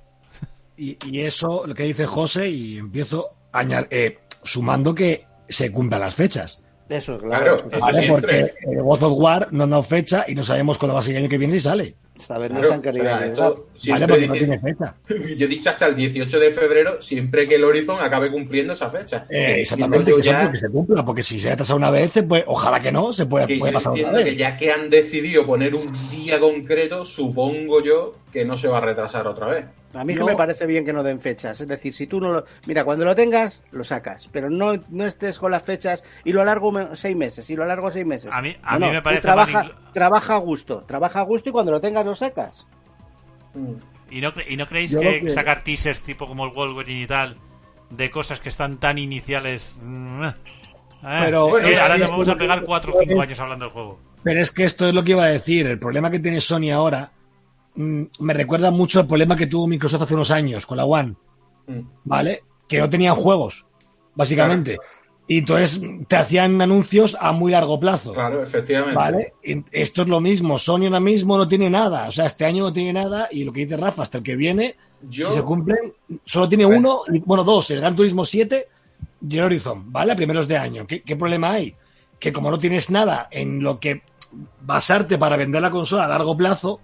D: Y, y eso, lo que dice José, y empiezo aña- eh, sumando que se cumplan las fechas.
B: Eso, claro.
E: Claro, eso
D: ¿vale? Porque
E: siempre.
D: eh, God of War no nos fecha y no sabemos cuándo va a ser el año que viene si sale.
B: Saber no
E: Claro,
B: se han querido
E: o sea,
B: arriesgar.
E: esto
D: ¿Vale?
E: siempre
D: Porque no
E: dice-
D: tiene fecha.
E: Yo he dicho hasta el 18 de febrero, siempre que el Horizon acabe cumpliendo esa fecha.
D: Eh,
E: Entiendo
D: exactamente,
E: yo
D: que,
E: ya-
D: eso, que se cumpla, porque si se ha atrasado una vez, pues ojalá que no, se puede,
E: que yo
D: puede pasar otra
E: entiendo que
D: vez.
E: ya que han decidido poner un día concreto, supongo yo que no se va a retrasar otra vez.
B: A mí
D: No.
B: que me parece bien que no den fechas. Es decir, si tú no lo. Mira, cuando lo tengas, lo sacas. Pero no, no estés con las fechas y lo alargo me- seis meses, y lo alargo seis meses.
A: A mí- a
B: No,
A: mí
B: no,
A: me
B: tú
A: parece
B: Trabaja,
A: mal inclu-
B: trabaja a gusto, trabaja a gusto y cuando lo tengas, lo sacas.
A: ¿Y no, cre- y no creéis
D: Yo
A: que,
D: lo que-
A: sacar teasers tipo como el Wolverine y tal, de cosas que están tan iniciales. mm, eh,
D: Pero-
A: eh,
D: Bueno, es-
A: ahora
D: es-
A: nos vamos a pegar 4 o 5
D: es-
A: años hablando del juego.
D: Pero es que esto es lo que iba a decir. El problema que tiene Sony ahora mm, me recuerda mucho al problema que tuvo Microsoft hace unos años con la One,
E: Mm.
D: ¿vale? Que no tenían juegos, básicamente. Y entonces mm, te hacían anuncios a muy largo plazo,
E: Claro, efectivamente.
D: ¿vale? Y Esto es lo mismo. Sony ahora mismo no tiene nada. O sea, este año no tiene nada. Y lo que dice Rafa, hasta el que viene,
E: Yo,
D: si se cumplen, solo tiene
E: Pues-
D: uno, y- bueno, dos, el Gran Turismo 7 y el Horizon, ¿vale? A primeros de año. ¿Qué, qué problema hay? Que como no tienes nada en lo que basarte para vender la consola a largo plazo,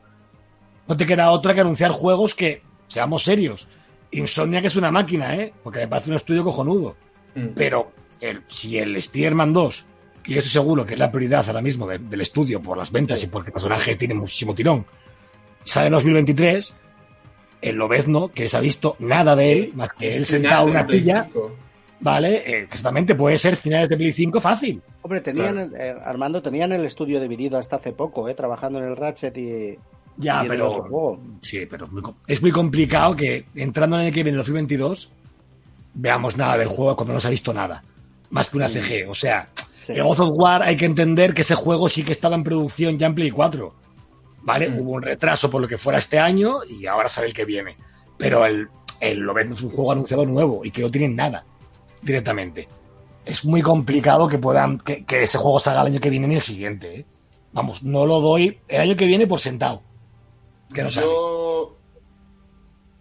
D: no te queda otra que anunciar juegos que, seamos serios, Insomnia que es una máquina, ¿eh? Porque me parece un estudio cojonudo.
E: Mm.
D: Pero el- si el Spider-Man 2, que yo estoy seguro que es la prioridad ahora mismo de- del estudio por las ventas y porque el personaje tiene muchísimo tirón, sale en 2023, el Lobezno, que se ha visto nada de él, más que él
E: Es final
D: sentado en una
E: de Play
D: pilla,
E: 5.
D: ¿vale? Eh, Exactamente, puede ser finales de Play 5 fácil.
B: Hombre, tenían, el- eh, Armando, tenían el estudio dividido hasta hace poco, ¿eh? trabajando en el Ratchet y.
D: Ya,
B: y en el otro
D: pero.
B: juego.
D: Sí, pero es muy, com- es muy complicado que entrando en el año que viene, en 2022, veamos nada del juego cuando no se ha visto nada. Más que una
B: Sí.
D: CG. O sea,
B: Sí.
D: El God of War hay que entender que ese juego sí que estaba en producción ya en Play 4. ¿Vale?
E: Mm.
D: Hubo un retraso por lo que fuera este año y ahora sabe el que viene. Pero el, el Lobezno es un juego anunciado nuevo y que no tienen nada directamente. Es muy complicado que puedan que, que ese juego salga el año que viene ni el siguiente. ¿eh? Vamos, no lo doy el año que viene por sentado. Que no sale.
E: Yo,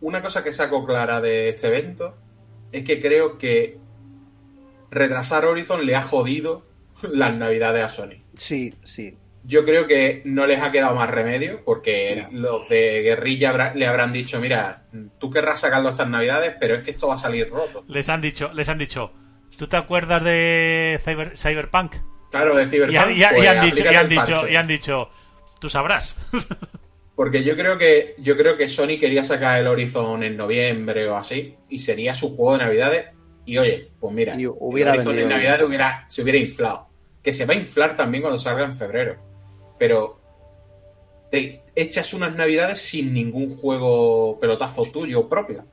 E: una cosa que saco clara de este evento es que creo que retrasar Horizon le ha jodido las navidades a Sony.
B: Sí, sí.
E: Yo creo que no les ha quedado más remedio porque los de guerrilla habrá- le habrán dicho, mira, tú querrás sacarlo estas navidades, pero es que esto va a salir roto.
A: Les han dicho, les han dicho, ¿tú te acuerdas de Cyber- Cyberpunk?
E: Claro, de
A: Y han,
E: Cyberpunk,
A: y han- y
E: pues,
A: han dicho, y
E: aplícate
A: han
E: el
A: dicho,
E: parche.
A: y han dicho, tú sabrás.
E: Porque yo creo que yo creo que Sony quería sacar el Horizon en noviembre o así y sería su juego de Navidades y oye, pues mira,
B: Y hubiera
E: el Horizon
B: vendido.
E: en Navidades hubiera se hubiera inflado, que se va a inflar también cuando salga en febrero. Pero te echas unas Navidades sin ningún juego pelotazo tuyo propio.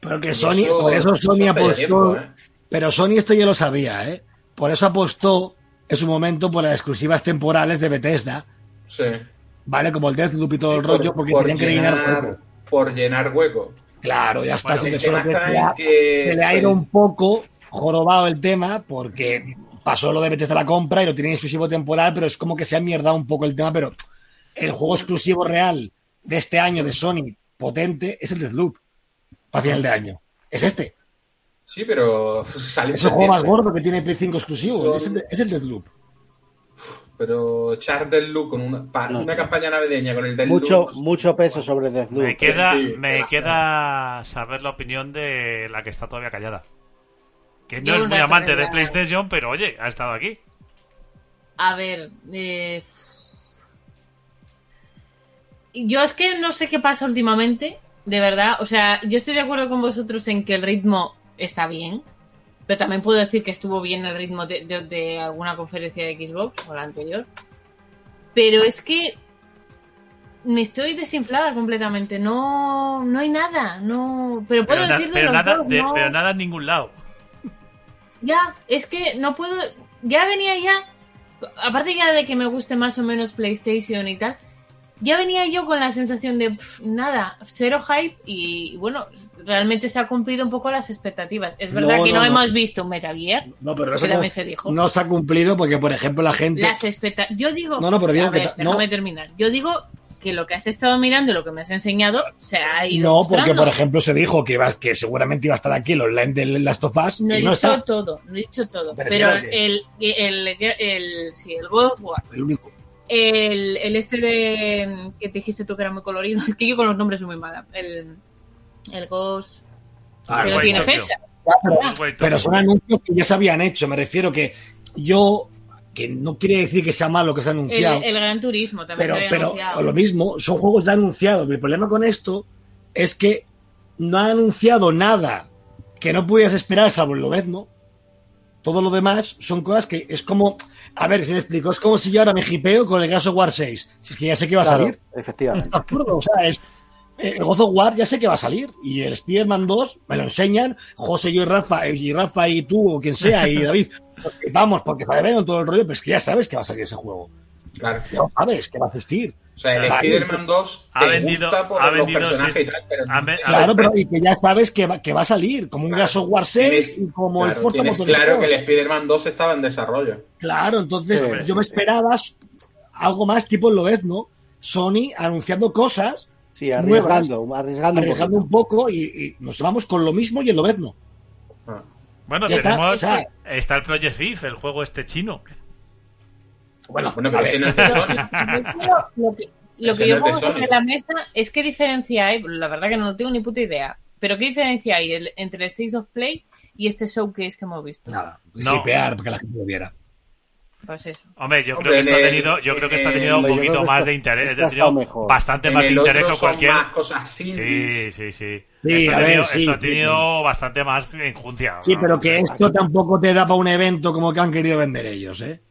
D: Pero que
E: Y
D: Sony, por eso Sony
E: hace ya
D: apostó.
E: tiempo, ¿eh?
D: Pero Sony esto ya lo sabía, ¿eh? Por eso apostó en su momento por las exclusivas temporales de Bethesda,
E: Sí.
D: ¿vale? Como el Deathloop y todo el rollo, porque tenían que rellenar hueco.
E: por llenar hueco.
D: Claro, ya está.
A: Bueno,
D: si
E: El
D: te
E: tema
D: solo
E: está
D: te-
E: en que este-
D: se le ha
E: fue-
D: ido un poco jorobado el tema, porque pasó lo de Bethesda la compra y lo tienen exclusivo temporal, pero es como que se ha mierdado un poco el tema, pero el juego exclusivo real de este año de Sony, potente, es el Deathloop, para final de año. Es este.
E: Sí, pero sale en
D: Es el juego más
E: septiembre.
D: gordo que tiene Play 5 exclusivo.
E: Son-
D: Es el, de- es el Deathloop.
E: Pero echar del Loop con una, pa-
B: No.
E: una campaña navideña con el del
B: Mucho, mucho peso sobre
A: Me
B: Deathloop.
A: queda,
E: eh, sí,
A: me
E: demasiado.
A: queda saber la opinión de la que está todavía callada. Que no
C: Yo
A: es
C: un
A: muy
C: rato
A: amante de
C: callada.
A: PlayStation, pero oye, ha estado aquí.
C: A ver, eh, Yo es que no sé qué pasa últimamente, de verdad. O sea, yo estoy de acuerdo con vosotros en que el ritmo está bien, pero también puedo decir que estuvo bien el ritmo de, de- de alguna conferencia de Xbox o la anterior. Pero es que me estoy desinflada completamente. No, no hay nada. No, pero puedo
A: Pero, na-
C: decir de
A: pero
C: los
A: nada,
C: dos,
A: de-
C: no-
A: pero nada en ningún lado.
C: ya, es que no puedo. Ya venía ya. Aparte ya de que me guste más o menos PlayStation y tal. Ya venía yo con la sensación de pff, nada, cero hype y bueno, realmente se ha cumplido un poco las expectativas. Es verdad
D: No,
C: que no,
D: no, no.
C: hemos visto un Metal Gear,
D: No, pero
C: que
D: eso
C: también
D: no,
C: se dijo.
D: no se ha cumplido porque, por ejemplo, la gente.
C: Las expecta- Yo digo.
D: No, no, pero digo
C: a
D: que
C: ver,
D: ta-
C: déjame
D: no.
C: terminar. Yo digo que lo que has estado mirando y lo que me has enseñado se ha ido.
D: No, porque,
C: mostrando.
D: por ejemplo, se dijo que, iba, que seguramente iba a estar aquí el online de Last of Us
C: No he
D: y no
C: dicho
D: está.
C: todo, no he dicho todo.
D: Pero
C: Pero,
D: claro que-
C: el, el, el, sí, el God of War,
D: El único.
C: El, el este de que te dijiste tú que era muy colorido, es que yo con los nombres soy muy mala. El, el Ghost.
D: Ah,
C: que no
D: guay,
C: tiene
A: Tokio.
C: fecha.
D: Pero,
A: El Way
D: pero
A: Tokyo.
D: son anuncios que ya se habían hecho. Me refiero que yo. Que no quiere decir que sea malo que se ha
C: El,
D: anunciado.
C: el Gran Turismo también
D: pero,
C: se había
D: pero
C: anunciado.
D: lo mismo, son juegos ya anunciados. Mi problema con esto es que no ha anunciado nada que no pudieras esperar, salvo el Lobezno. Todo lo demás son cosas que es como. A ver, si me explico, es como si yo ahora me jipeo con el Gas War 6. Si es que ya sé que va a
B: Claro,
D: salir. Es
B: efectivamente.
D: absurdo, o sea, es. eh, El God of War ya sé que va a salir. Y el Spider-Man 2 me lo enseñan. José, yo y Rafa, eh, y Rafa y tú, o quien sea, y David. porque vamos, porque Fabián, todo el rollo, pero es que ya sabes que va a salir ese juego.
E: Claro.
D: Ya lo sabes, que va a existir.
E: O sea, el
D: Vale.
E: Spider-Man 2 te
A: Ha vendido-
E: gusta por
A: ha
E: los
A: vendido,
E: personajes
A: sí.
E: y tal, pero
A: Ha ve- ha
D: Claro, pero y que ya sabes que va, que va a salir, como un
E: Claro.
D: Gas of War 6 y como
E: claro,
D: el Forza
E: tienes
D: Motorsport.
E: claro que el Spider-Man 2 estaba en desarrollo.
D: Claro, entonces
B: Sí,
D: yo me
E: sí, sí.
D: esperaba algo más tipo Lobezno, Sony anunciando cosas,
B: Sí, arriesgando, arriesgando. un
D: arriesgando un poco y, y nos vamos con lo mismo y el Lobezno.
E: Ah.
A: Bueno,
D: Ya está,
A: tenemos.
D: o sea-
A: Está el Project Thief, el juego este chino.
D: Bueno,
E: Bueno,
D: a
E: pero
D: ver,
E: si no es de Sony.
C: Yo creo- lo que, lo que
E: Ese no
C: yo
E: es
C: pongo
E: de Sony.
C: sobre la mesa es qué diferencia hay, pues, la verdad que no tengo ni puta idea, pero qué diferencia hay el- entre el State of Play y este showcase que hemos visto.
D: nada,
A: No.
D: shipear para que la gente lo viera.
C: Pues eso.
A: Hombre, yo
E: Hombre,
A: creo que esto ha
E: en el-
A: tenido, yo creo que esto ha tenido
E: en
A: un
B: el- yo creo
A: poquito
B: que
A: más
B: esto-
A: de interés.
B: esto
A: ha tenido
B: está mejor.
A: bastante
E: En
A: más de
E: el
A: interés
E: otro
A: que
E: son
A: cualquier.
E: más cosas indies.
A: Sí, sí, sí.
D: Sí,
A: esto ha
D: a ver,
A: tenido,
D: sí,
A: esto
D: sí,
A: ha tenido bastante más enjuncia.
D: Sí,
A: ¿no?
D: pero que
A: O sea,
D: esto tampoco te da para un evento como que han querido vender ellos, ¿eh?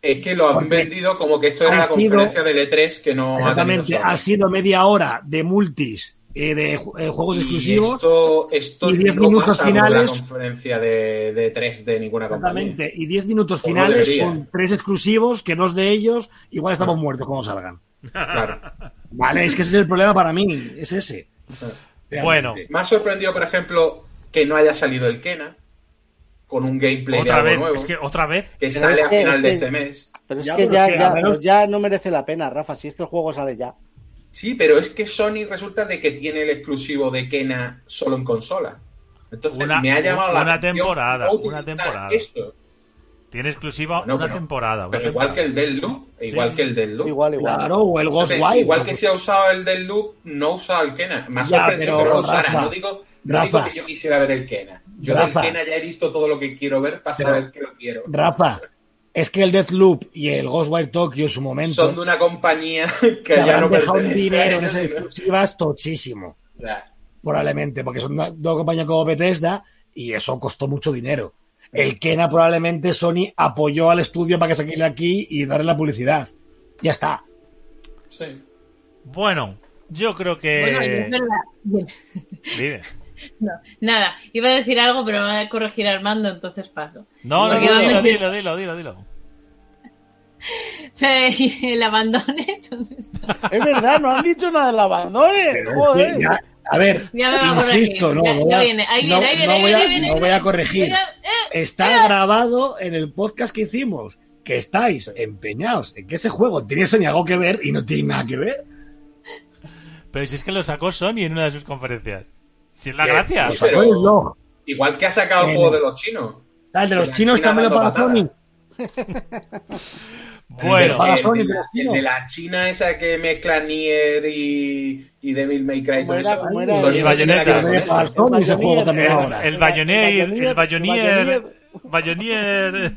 E: Es que lo han
D: Porque
E: vendido como que esto era
D: ha
E: la
D: sido-
E: conferencia del E3 que no ha
D: Exactamente,
E: tenido Sony.
D: ha sido media hora de multis, eh, de ju- eh, juegos
E: Y
D: exclusivos.
E: Esto, esto
D: y diez
E: no
D: minutos
E: pasa por la
D: finales.
E: conferencia de, de 3 de ninguna compañía.
D: Exactamente, y 10 minutos
E: O no
D: finales
E: debería.
D: con tres exclusivos, que dos de ellos igual estamos muertos cuando salgan.
E: Claro.
D: Vale, es que ese es el problema para mí, es ese. Realmente.
A: Bueno.
E: Me ha sorprendido, por ejemplo, que no haya salido el Kena con un gameplay de
A: Otra
E: algo
A: vez,
E: nuevo
A: es que otra vez.
E: que
B: Pero
E: sale
B: es
E: a
B: que-
E: final
B: es
E: de
B: que-
E: este mes.
B: Pero es
D: Ya,
B: que
D: pero
B: ya,
D: es que,
B: ya,
D: al menos-
B: pues ya no merece la pena, Rafa, si es que el juego sale ya.
E: Sí, pero es que Sony resulta de que tiene el exclusivo de Kena solo en consola. Entonces
A: Una-
E: me ha llamado la
A: una
E: atención
A: temporada,
E: cómo
A: una
E: utilizar
A: temporada.
E: esto.
A: Tiene exclusiva
E: Bueno,
A: una
E: pero-
A: temporada. una
E: Pero igual que
A: temporada.
E: el del Loop, igual
A: sí.
E: que el del Loop.
B: Igual, igual.
D: Claro, o el
E: Entonces,
D: Ghostwire.
E: igual que se ha usado el del Loop, no ha usado el Kena. Me ha
D: Ya,
E: sorprendido
D: pero,
E: que no lo usara.
D: Rafa,
E: no digo, no digo
D: Rafa.
E: que yo quisiera ver el Kena. Yo
D: Rafa.
E: del Kena ya he visto todo lo que quiero ver para
D: Pero-
E: saber que lo quiero.
D: Rafa, es que el Deathloop y el Ghostwire Tokyo en su
E: Son de
D: momento
E: una compañía que,
D: te
E: ya
D: habrán
E: no
D: dejado un
E: pertenece
D: dinero
E: a
D: en
E: ellos,
D: esas
E: sino-
D: exclusivas tochísimo,
E: Ya.
D: probablemente, porque son una- dos compañías como Bethesda y eso costó mucho dinero.
E: Mm.
D: El Kena probablemente Sony apoyó al estudio para que saliera aquí y darle la publicidad. Ya está.
E: Sí.
A: Bueno, yo creo
E: Eh.
A: que.
C: Bueno, y es verdad.
A: Dime.
C: No, nada, iba a decir algo, pero me va a corregir Armando, entonces paso.
A: No, no,
C: Porque
A: no,
C: iba a
A: dilo,
C: decir-
A: dilo, dilo, dilo, dilo.
C: Eh, Y el abandone, ¿dónde está?
B: Es verdad, no han dicho nada del abandono.
D: Es
B: Eh, Joder.
D: que ya- a ver,
C: Ya me va a corregir.
D: insisto, no,
C: Ya-
D: no voy
C: ya
D: a-
C: viene, ahí
D: no-
C: viene, ahí viene,
D: no
C: ahí
D: voy a-
C: viene, ahí viene.
D: no voy a corregir.
C: Mira, eh,
D: Está grabado en el podcast que hicimos, que estáis empeñados en que ese juego tiene eso ni algo que ver y no tiene nada que ver.
A: Pero si es que lo sacó Sony en una de sus conferencias. Si es la
E: Que-
A: gracia.
D: O
E: sí,
D: sea,
E: pero-
D: fue el blog.
E: Igual que ha sacado el
D: Bueno.
E: juego de los chinos.
D: Ah, el de los
E: Pero
D: chinos
E: aquí nada
D: también lo
E: dando
D: paga Sony.
E: patadas.
A: Bueno,
D: Paga
E: El de-
D: Sony,
E: el de
D: pero
E: la-
D: chino.
E: el de la China esa que mezcla Nier y, y Devil May Cry. y todo
B: ¿Cómo era?
E: eso.
B: ¿Cómo era?
E: Sony
A: Y
E: no tiene nada que ver con
D: Bayonetta.
E: eso.
D: Paga Sony ese
B: El
D: juego también
B: Bayonetta.
D: ahora.
A: el Bayonier,
B: Bayonier,
A: el Bayonier,
B: Bayonier.
A: Bayonier.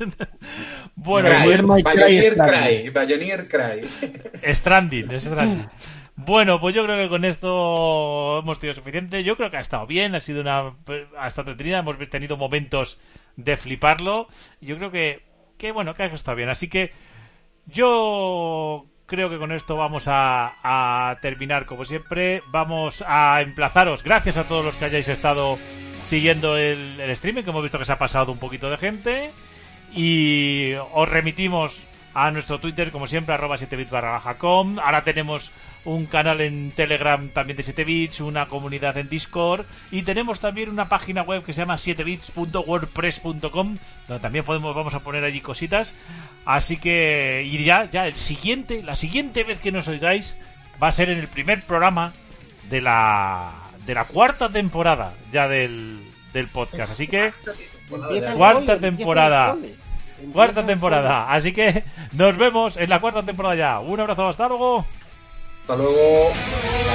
A: Bueno, pues,
D: Bayonier
E: Cry,
D: May Cry
E: Bayonier
D: está
E: Cry, Bayonier Cry.
A: Stranding, Stranding. Bueno, pues yo creo que con esto hemos tenido suficiente. Yo creo que ha estado bien, ha sido una. ha estado entretenida, hemos tenido momentos de fliparlo. Yo creo que. que bueno, que ha estado bien. Así que. Yo creo que con esto vamos a, a terminar, como siempre. Vamos a emplazaros. Gracias a todos los que hayáis estado siguiendo el, el streaming, que hemos visto que se ha pasado un poquito de gente. Y os remitimos a nuestro Twitter, como siempre, arroba 7bit barra baja com. Ahora tenemos un canal en Telegram también de 7bits, una comunidad en Discord y tenemos también una página web que se llama 7bits.wordpress.com donde también podemos vamos a poner allí cositas. Así que y ya ya el siguiente, la siguiente vez que nos oigáis va a ser en el primer programa de la de la cuarta temporada ya del del podcast. Así que
B: Empieza el
A: cuarta
B: cole,
A: temporada.
B: empieza el cole. Empieza
A: Cuarta
B: el
A: temporada. Así que nos vemos en la cuarta temporada ya. Un abrazo, hasta luego.
E: Hasta luego.
B: cole.